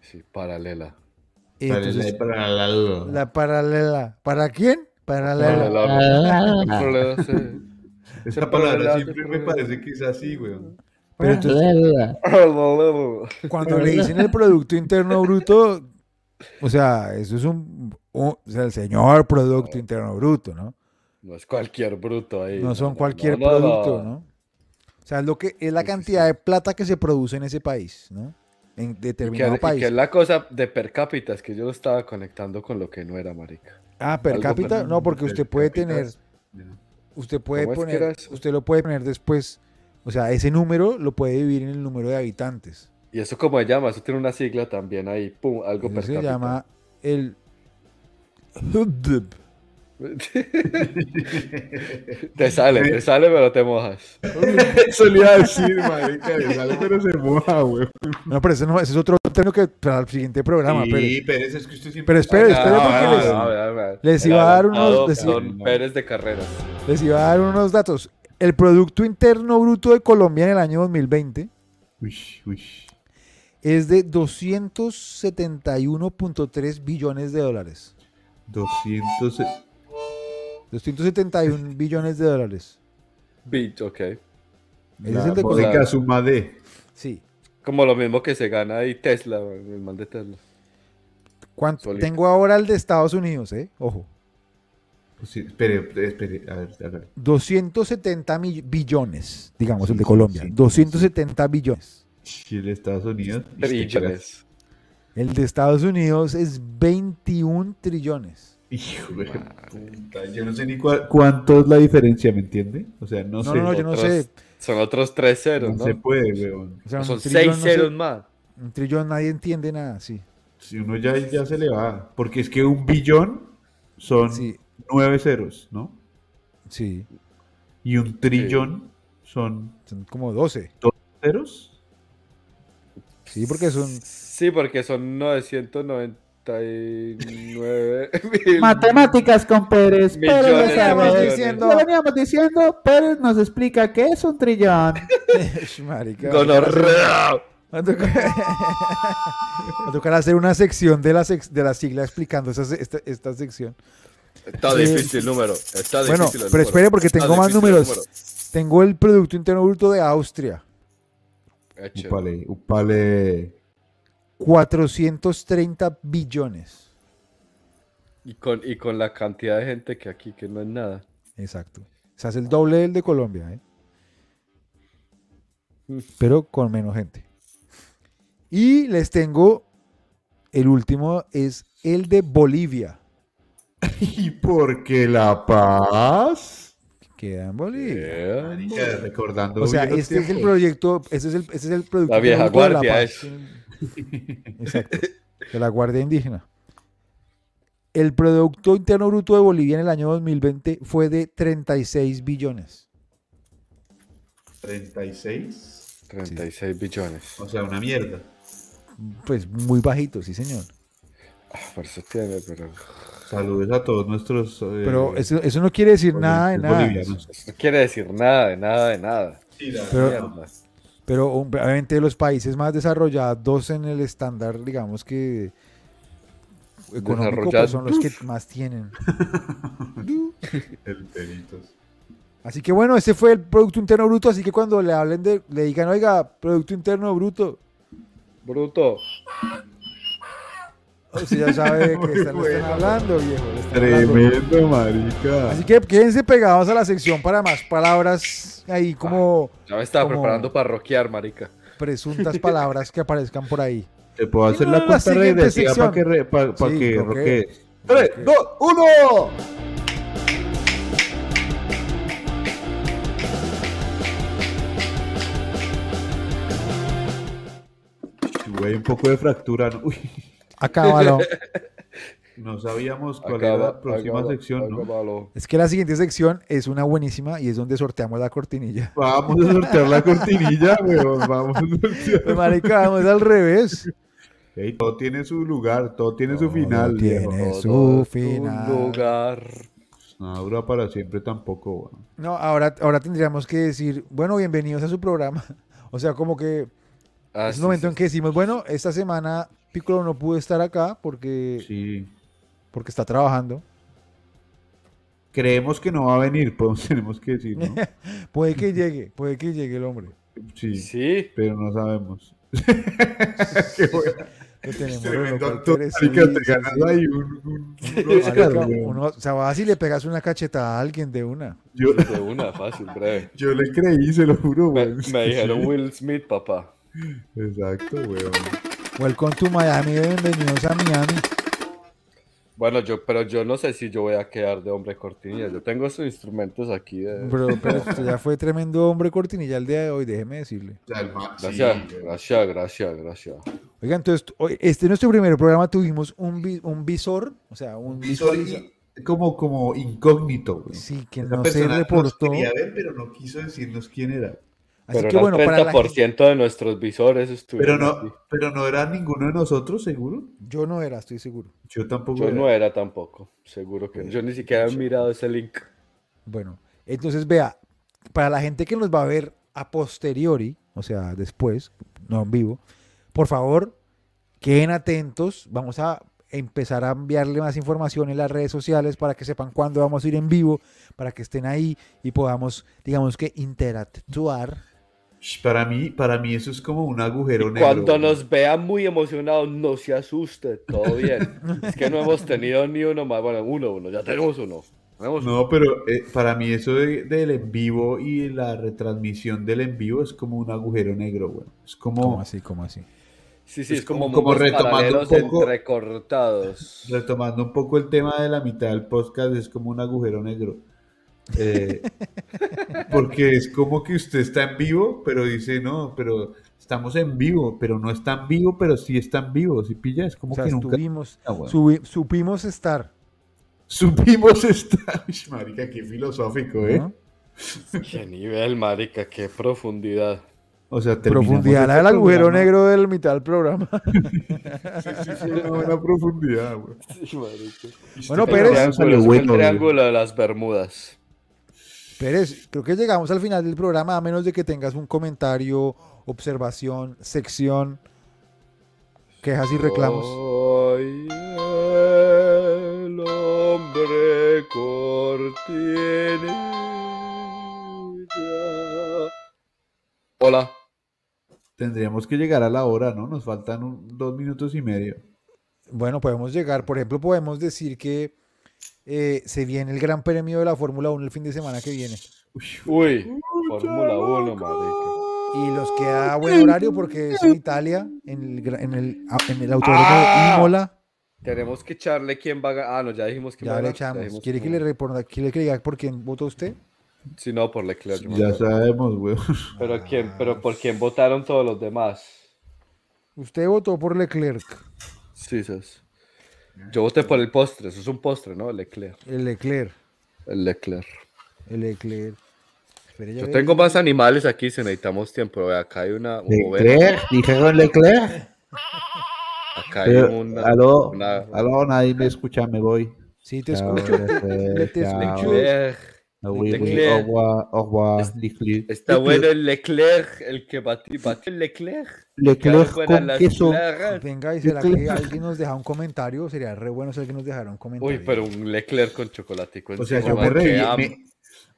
B: Sí, paralela.
A: Eh, entonces,
C: para la duda.
A: la paralela. ¿Para quién? Paralela.
B: Ah. Paralela, sí.
C: Esa palabra
B: Paralela,
C: siempre me
B: paralela.
C: parece que es así, weón.
A: Pero entonces,
B: Paralela.
A: cuando le dicen el Producto Interno Bruto, o sea, eso es un, un- o sea, el señor
B: Eh,
A: Producto Interno Bruto, ¿no?
B: No es cualquier bruto ahí.
A: No son cualquier
B: no, no.
A: producto, ¿no? O sea, es lo que es la
B: Sí, sí,
A: cantidad
B: sí.
A: de plata que se produce en ese país, ¿no? En
B: Y que,
A: determinado
B: y
A: país.
B: que es la cosa de per cápita, es que yo lo estaba conectando con lo que no era, marica.
A: Ah, per
B: Algo
A: cápita,
B: per-
A: no, porque usted
C: per
A: puede
C: cápita
A: tener,
C: es- Ya.
A: usted puede
B: ¿Cómo es que
A: poner,
B: era eso?
A: usted lo puede poner después, o sea, ese número lo puede dividir en el número de habitantes.
B: Y eso como se llama, eso tiene una sigla también ahí, pum, algo
A: Eso
B: per
A: se
B: cápita.
A: llama el
B: te sale, te sale, pero te mojas.
C: Eso le iba a decir, marica, le sale, pero se moja, weón.
A: No, pero eso no, ese es otro término que para el siguiente programa,
C: Sí,
A: Pérez.
C: Pérez, es que usted siempre...
A: Pero espere,
B: Ah,
A: espere
B: no,
A: porque
B: no,
A: les-
B: no, no, no, no.
A: les
B: El
A: iba a dar unos-
B: adoptado
A: les-
B: Don Pérez de Carrera.
A: Les iba a dar unos datos. El Producto Interno Bruto de Colombia en el año 2020
C: Uy, uy.
A: es de 271.3 billones de dólares.
C: 200...
A: 271 billones de dólares.
B: Beat, ok.
A: Ese
C: La
A: es el de
C: música
A: Colombia.
C: suma de...
A: Sí.
B: Como lo mismo que se gana ahí Tesla, el man de Tesla.
A: ¿Cuánto?
B: Solito.
A: Tengo ahora el de Estados Unidos, ¿eh? Ojo.
C: Pues Sí, espere, espere, a ver, hágale.
A: 270 mi- billones, digamos,
C: Sí,
A: el de
C: sí,
A: Colombia.
C: sí, sí.
A: 270 billones.
C: Chile, Estados Unidos... y te pegas.
B: Trillones.
A: El de Estados Unidos es 21 trillones.
C: Hijo de puta, yo no sé ni cua- cuánto es la diferencia, ¿me entiende? O sea, no,
A: No,
C: sé.
A: no, no, yo no
B: Otros-
A: sé.
B: Son otros tres ceros,
C: No
B: ¿no?
C: se puede, weón.
A: O sea,
B: No,
A: un
B: Son
A: trillón,
B: seis
A: no sé,
B: ceros más.
A: un trillón nadie entiende nada, sí.
C: Si uno ya, ya se le va. Porque es que un billón son
A: Sí,
C: nueve ceros, ¿no?
A: sí.
C: Y un trillón son
A: Son como 12.
C: ceros.
A: Sí, porque son.
B: Sí, porque son 999 mil
E: Matemáticas con Pérez.
B: millones
E: Pérez lo
B: de
E: sabe.
B: millones.
A: diciendo.
E: Lo veníamos diciendo, Pérez nos explica que es un trillón.
A: Sh, Marica.
B: Gonorrea.
A: Va a tocar- va a tocar hacer una sección de la, sex- de la sigla explicando esa se- esta, esta sección.
B: Está
A: Sí.
B: difícil el número. Está difícil
A: Bueno,
B: el número.
A: pero espere porque
B: Está
A: tengo más
B: difícil el
A: números.
B: número.
A: Tengo el Producto Interno Bruto de Austria.
B: Eh, chévere.
C: Upale, upale.
A: 430 billones.
B: Y con, y con la cantidad de gente que aquí, que no es nada.
A: Exacto. O sea, es el doble del de Colombia, ¿eh? Pero con menos gente. Y les tengo el último, es el de Bolivia.
C: ¿Y por qué la paz?
A: Queda en Bolivia.
B: Yeah.
C: Marica, recordando.
A: O sea,
C: viejos
A: este es el
C: tiempos.
A: proyecto, ese es el, ese es el producto.
B: La vieja
A: producto de
B: guardia
A: paz.
B: es.
A: Exacto. De la Guardia Indígena. El Producto Interno Bruto de Bolivia en el año 2020 fue de 36 billones.
C: 36.
B: 36 billones.
C: O sea, una mierda.
A: Pues muy bajito, sí, señor.
B: Ah, Por eso tiene, pero.
C: Saludos a todos nuestros. eh,
A: Pero eso, eso no quiere decir nada de
C: oyentes
A: nada.
C: bolivianos.
B: Eso no quiere decir nada, de nada, de nada.
C: Sí, la-
A: Pero-
B: Mierda.
A: Pero hombre, obviamente los países más desarrollados en el estándar, digamos que económico, pues son los que más tienen.
C: El peritos.
A: Así que bueno, ese fue el Producto Interno Bruto, así que cuando le hablen de, le digan, oiga, Producto Interno Bruto,
B: Bruto.
A: usted ya sabe de qué
C: Muy
A: están, le están
C: bueno.
A: hablando, viejo. le están hablando.
C: Tremendo, marica.
A: Así que quédense pegados a la sección para más palabras ahí como
B: Ya me estaba
A: Como-
B: preparando para roquear, marica.
A: presuntas palabras que aparezcan por ahí.
C: Te puedo hacer
A: no,
C: la
A: la
C: cuenta
A: siguiente
C: regresiva
A: sección.
C: para que, re- pa- pa'
A: Sí,
C: que
A: ok.
C: roquees.
A: Ok.
C: 3, 2, 1. Güey, un poco de fractura, ¿no? Uy,
A: Acábalo.
C: No sabíamos cuál
B: Acaba-
C: era la próxima
B: acaba-
C: sección, ¿no?
B: acábalo.
A: Es que la siguiente sección es una buenísima y es donde sorteamos la cortinilla.
C: Vamos a sortear la cortinilla, weón. Vamos a sortear.
A: Pues, Marica, vamos al revés.
C: Ey, todo tiene su lugar, todo tiene su
A: Todo
C: final,
A: tiene.
C: viejo.
A: Es
B: Todo
A: su
B: es
A: final.
B: Un lugar.
C: No dura para siempre tampoco, weón.
A: No, ahora, ahora tendríamos que decir, bueno, bienvenidos a su programa. O sea, como que
B: Ah,
A: es
B: sí,
A: un momento
B: sí,
A: en que decimos, bueno, esta semana Piccolo no pudo estar acá porque,
C: Sí.
A: porque está trabajando.
C: Creemos que no va a venir, pues tenemos que decir, ¿no?
A: Puede que llegue, puede que llegue el hombre.
C: Sí,
B: sí. Sí.
C: pero no sabemos.
A: Lo tenemos
C: Tremendo
A: loco,
C: actor,
A: Pérez,
C: marica,
A: sí,
C: te
A: sí,
C: ganas
A: sí.
C: ahí un- un- un
A: Marica,
C: Oscar, weón.
A: uno- o sea, vas y le pegas una cachetada a alguien de una.
C: Yo,
B: De una, fácil, breve.
C: yo le creí, se lo juro,
B: Me,
C: weón.
B: me dijeron Will Smith, papá.
C: Exacto, weón.
A: Welcome to Miami, bienvenidos a Miami.
B: Bueno, yo, pero yo no sé si yo voy a quedar de hombre cortinilla. Yo tengo esos instrumentos aquí de.
A: Bro, pero usted ya fue tremendo hombre cortinilla el día de hoy, déjeme decirle.
C: O sea, el man- sí,
B: Gracias,
C: weón.
B: gracias, gracias, gracias.
A: Oiga, entonces, hoy- este es nuestro primer programa, tuvimos un, vi- un visor, o sea, un
C: Visor
A: visualiza-
C: y- como, como incógnito, weón.
A: Sí, que
C: Esa
A: no se
C: persona nos
A: reportó.
C: quería ver, pero no quiso decirnos quién era.
A: Así
B: pero
A: que
B: era
A: bueno,
B: el
A: para la
B: 30%
A: gente-
B: de nuestros visores
C: Pero
B: estuvieron aquí.
C: no, pero no era ninguno de nosotros, seguro.
A: yo no era, estoy seguro.
C: Yo tampoco
B: Yo
C: era.
B: no era tampoco, seguro que no. Yo ni siquiera he mirado ese link.
A: Bueno, entonces vea, para la gente que nos va a ver a posteriori, o sea, después, no en vivo, por favor, queden atentos, vamos a empezar a enviarle más información en las redes sociales para que sepan cuándo vamos a ir en vivo, para que estén ahí y podamos, digamos que, interactuar.
C: Sh, Para mí, para mí eso es como un agujero negro.
B: Cuando
C: weón.
B: nos vean muy emocionados, no se asuste, todo bien. es que no hemos tenido ni uno más. Bueno, uno, uno, ya tenemos uno. Tenemos uno.
C: No, pero eh, para mí eso de- del en vivo y la retransmisión del en vivo es como un agujero negro, weón. Es como
A: ¿Cómo así? ¿Cómo así?
B: Sí, sí,
C: es
B: es como,
C: como- como
B: mundos
C: retomando un
B: paralelos
C: poco-
B: entrecortados.
C: retomando un poco el tema de la mitad del podcast, es como un agujero negro. Eh, porque es como que usted está en vivo, pero dice, no, pero estamos en vivo, pero no está en vivo, pero sí está en vivo, si pilla, es
A: O
C: como
A: sea,
C: que nunca
A: estuvimos,
C: Ah, bueno.
A: subi- supimos estar.
C: supimos estar. Ush, Marica, qué filosófico, ¿eh?
A: ¿no?
B: qué nivel, marica, qué profundidad.
C: O sea, terminamos
A: Profundidad la del
C: este
A: agujero
C: programa-
A: negro del mitad del programa.
C: Sí, sí, fue una buena profundidad, güey.
B: Sí, marica.
A: Bueno,
C: Este
A: Pérez.
C: programa
B: Triángulo,
C: salió
B: es un
C: bueno, güey.
B: triángulo de las Bermudas.
A: Pérez, creo que llegamos al final del programa, a menos de que tengas un comentario, observación, sección, quejas y reclamos.
B: Soy el hombre cortinilla. Hola.
C: Tendríamos que llegar a la hora, ¿no? Nos faltan un- dos minutos y medio.
A: Bueno, podemos llegar, por ejemplo, podemos decir que eh, se viene el Gran Premio de la Fórmula 1 el fin de semana que viene.
B: Uy, Fórmula 1, marica.
A: Y los queda buen horario porque es en Italia, en el, gra- en el, au- en el autódromo
B: Ah.
A: de Imola.
B: Tenemos que echarle quién va a ganar. Ah, no, ya dijimos que
A: Ya le echamos. ¿Quiere que le responda, quiere que le diga por quién votó usted?
B: Sí, no, por Leclerc. yo me
C: Ya
B: acuerdo.
C: sabemos, güey.
B: Pero, quién, pero por quién votaron todos los demás.
A: Usted votó por Leclerc.
B: Sí, sas. Yo voté por el postre. Eso es un postre, ¿no? Leclerc.
A: El Leclerc.
B: El Leclerc.
A: El Leclerc. Espere, ya
B: Yo
A: ve-
B: tengo más animales aquí si necesitamos tiempo. Vea, Acá hay una un overo,
E: Leclerc, dijeron Leclerc.
B: acá hay
E: Pero,
B: una,
E: aló,
B: una-
E: aló, nadie me escucha, me voy.
A: Sí, te
B: Ah,
E: Chao,
A: escucho.
E: Leclerc,
A: te
E: chao.
A: escucho.
B: Leclerc.
E: Me voy, voy.
B: Leclerc.
E: Au revoir, au revoir, Leclerc.
B: Está bueno el Leclerc, el que batí, batí el Leclerc.
E: Leclerc
B: Quedaron
E: con
B: buenas las
E: queso.
B: claras.
A: Venga, y será que
E: Leclerc.
A: alguien nos deja un comentario. Sería re bueno si alguien nos dejara un comentario.
B: Uy, pero un Leclerc con chocolatico.
C: O sea,
B: encima,
C: yo me
B: porque
C: reviento.
B: am-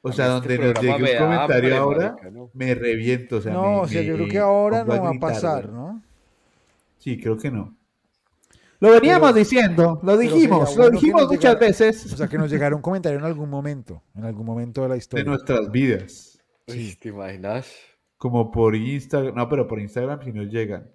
C: O
B: a
C: sea,
B: mí
C: donde
B: este
C: nos
B: programa
C: llegue
B: me
C: un
B: da
C: comentario
B: hambre,
C: ahora,
B: marica, ¿no?
C: me reviento. O sea,
A: no,
C: me-
A: o sea, yo
C: me
A: creo que ahora
C: pongo
A: no va a
C: gritar,
A: pasar,
C: güey.
A: ¿no?
C: Sí, creo que no.
E: Lo veníamos diciendo, lo
A: sería
E: dijimos,
A: bueno
E: lo
A: que
E: dijimos
A: nos
E: muchas
A: llegara-
E: veces.
A: O sea, que nos llegara un comentario en algún momento, en algún momento de la
C: De
A: historia.
C: nuestras vidas.
B: Uy, ¿Te imaginas?
C: Como por Instagram. No, pero por Instagram si nos llegan.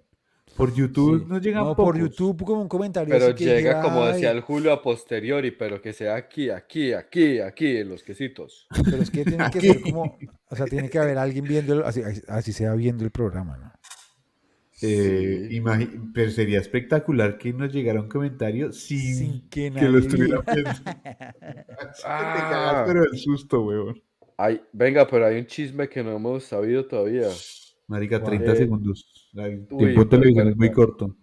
C: Por YouTube
A: Sí.
C: nos llegan
A: No, por
C: pocos.
A: YouTube como un comentario.
B: Pero
A: así que
B: llega,
A: dijera,
B: como decía
A: "Ay,
B: el Julio, a posteriori, pero que sea aquí, aquí, aquí, aquí, en los quesitos.
A: Pero es que tiene que ser como... O sea, tiene que haber alguien viendo, el- así, así sea viendo el programa, ¿no?
C: Eh, imagi- pero sería espectacular que nos llegara un comentario sin,
A: Sin que
C: que,
A: nadie
C: lo
A: viera.
C: estuviera viendo. Así que te cagas,
B: Ah.
C: pero el susto, weón.
B: Ay, venga, pero hay un chisme que no hemos sabido todavía.
C: Marica,
A: Guau.
C: 30
B: Eh,
C: segundos. La- El
B: uy,
C: tiempo de
B: bueno,
C: televisión
B: bueno,
C: es muy
B: bueno.
C: corto.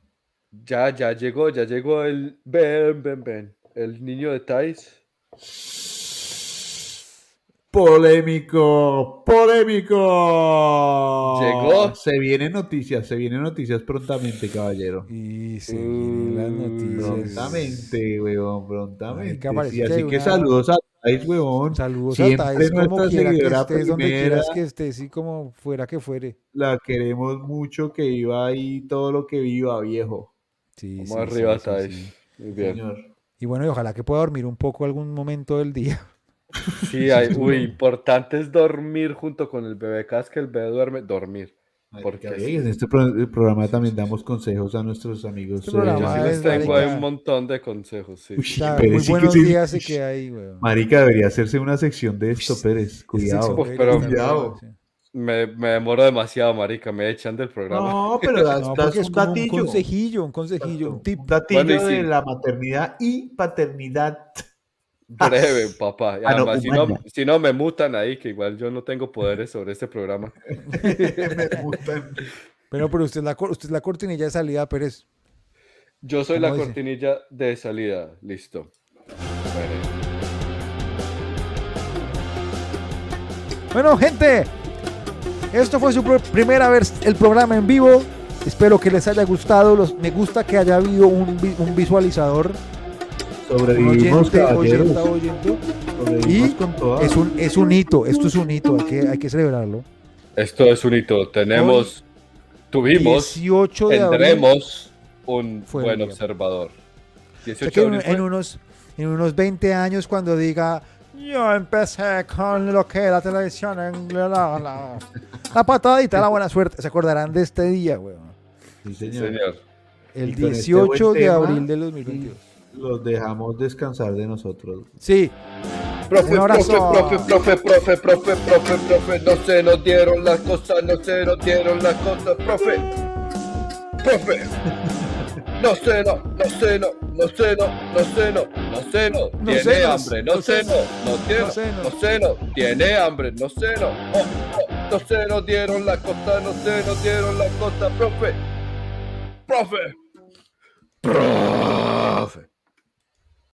B: Ya, ya llegó, ya llegó el Ben, Ben, Ben, el niño de Thais.
C: Polémico, polémico.
B: Llegó.
C: Se vienen noticias, se vienen noticias prontamente, caballero.
A: Y seguir las noticias.
C: Prontamente, weón,
A: Marica,
C: prontamente.
A: parece
C: Sí,
A: que
C: así
A: hay
C: que
A: una-
C: saludos a Thais, weón.
A: Saludos
C: Siempre
A: a Thais, como
C: nuestra
A: quiera que
C: seguidora
A: estés, donde
C: primera.
A: quieras que estés y como fuera que fuere.
C: La queremos mucho, que viva ahí todo lo que viva, viejo.
A: Sí,
B: Vamos
A: sí,
B: arriba,
A: sí, sí,
B: Thais.
A: sí.
B: Muy bien.
C: Señor.
A: Y bueno, y ojalá que pueda dormir un poco algún momento del día.
B: Sí, hay, uy, importante es dormir junto con el bebé cas que el bebé duerme. Dormir. Porque
C: Marica, ve, en este pro- programa también damos consejos a nuestros amigos.
A: Este
C: eh,
A: programa
B: yo sí
A: Ah,
B: les
A: es
B: tengo ahí
A: marica.
B: un montón de consejos, sí.
C: Uy,
A: O sea,
C: Pérez,
A: muy
C: sí que
A: buenos
C: sí.
A: días se queda ahí, weón.
C: Marica, debería hacerse una sección de esto, Pérez. Cuidado.
B: Uf, pero-
C: Cuidado.
B: Me, me demoro demasiado, marica, me echan del programa.
C: No, pero das,
A: No,
C: das
A: porque es
C: un
A: como un
C: datillo.
A: consejillo, un consejillo, un tip.
C: Un datillo
B: Bueno, y
C: de
B: sí.
C: la maternidad y paternidad.
B: Breve, papá. Y
C: Ah, no,
B: además, si, no,
C: humana.
B: si no me mutan ahí, que igual yo no tengo poderes sobre este programa.
C: Me gustan.
A: Pero, pero usted es la, cor- usted es la cortinilla de salida, Pérez.
B: Yo soy
A: ¿Cómo
B: la
A: dice?
B: cortinilla de salida. Listo. Bueno,
A: Bueno, gente, esto fue su pr- primera vez el programa en vivo. Espero que les haya gustado. Los, me gusta que haya habido un, vi- un visualizador. Un
C: Sobrevivimos,
A: oyente,
C: caballeros.
A: oyenta, oyente.
C: Sobrevivimos
A: Y
C: con todas.
A: Es un, es un hito, esto es un hito, hay que, hay que celebrarlo.
B: Esto es un hito. Tenemos, tuvimos,
A: 18 de abril.
B: tendremos un
A: Fue el
B: buen
A: día.
B: observador. 18
A: O sea que
B: de
A: en,
B: abril fue.
A: en unos, en unos 20 años cuando diga yo empecé con lo que la televisión en la, la, la, la patadita, la buena suerte, se acordarán de este día, weón.
C: Sí,
B: Sí,
C: señor.
B: señor.
A: El
C: Y con este
A: 18 de
C: buen tema,
A: abril del 2022.
C: Los dejamos descansar de nosotros.
A: Sí,
B: Profe,
A: Un
B: profe,
A: abrazo.
B: profe, profe, profe, profe, profe, profe, no se nos dieron las cosas, no se nos dieron las cosas, profe. Profe. No se no, no se no, no se no, no se no, no se no,
A: No
B: tiene
A: senos,
B: hambre, no
A: no
B: se no,
A: senos,
B: no tiene,
A: no senos.
B: no se no, tiene hambre, no se no, oh, oh, no se nos dieron las cosas, no se nos dieron las cosas, profe. Profe. Profe.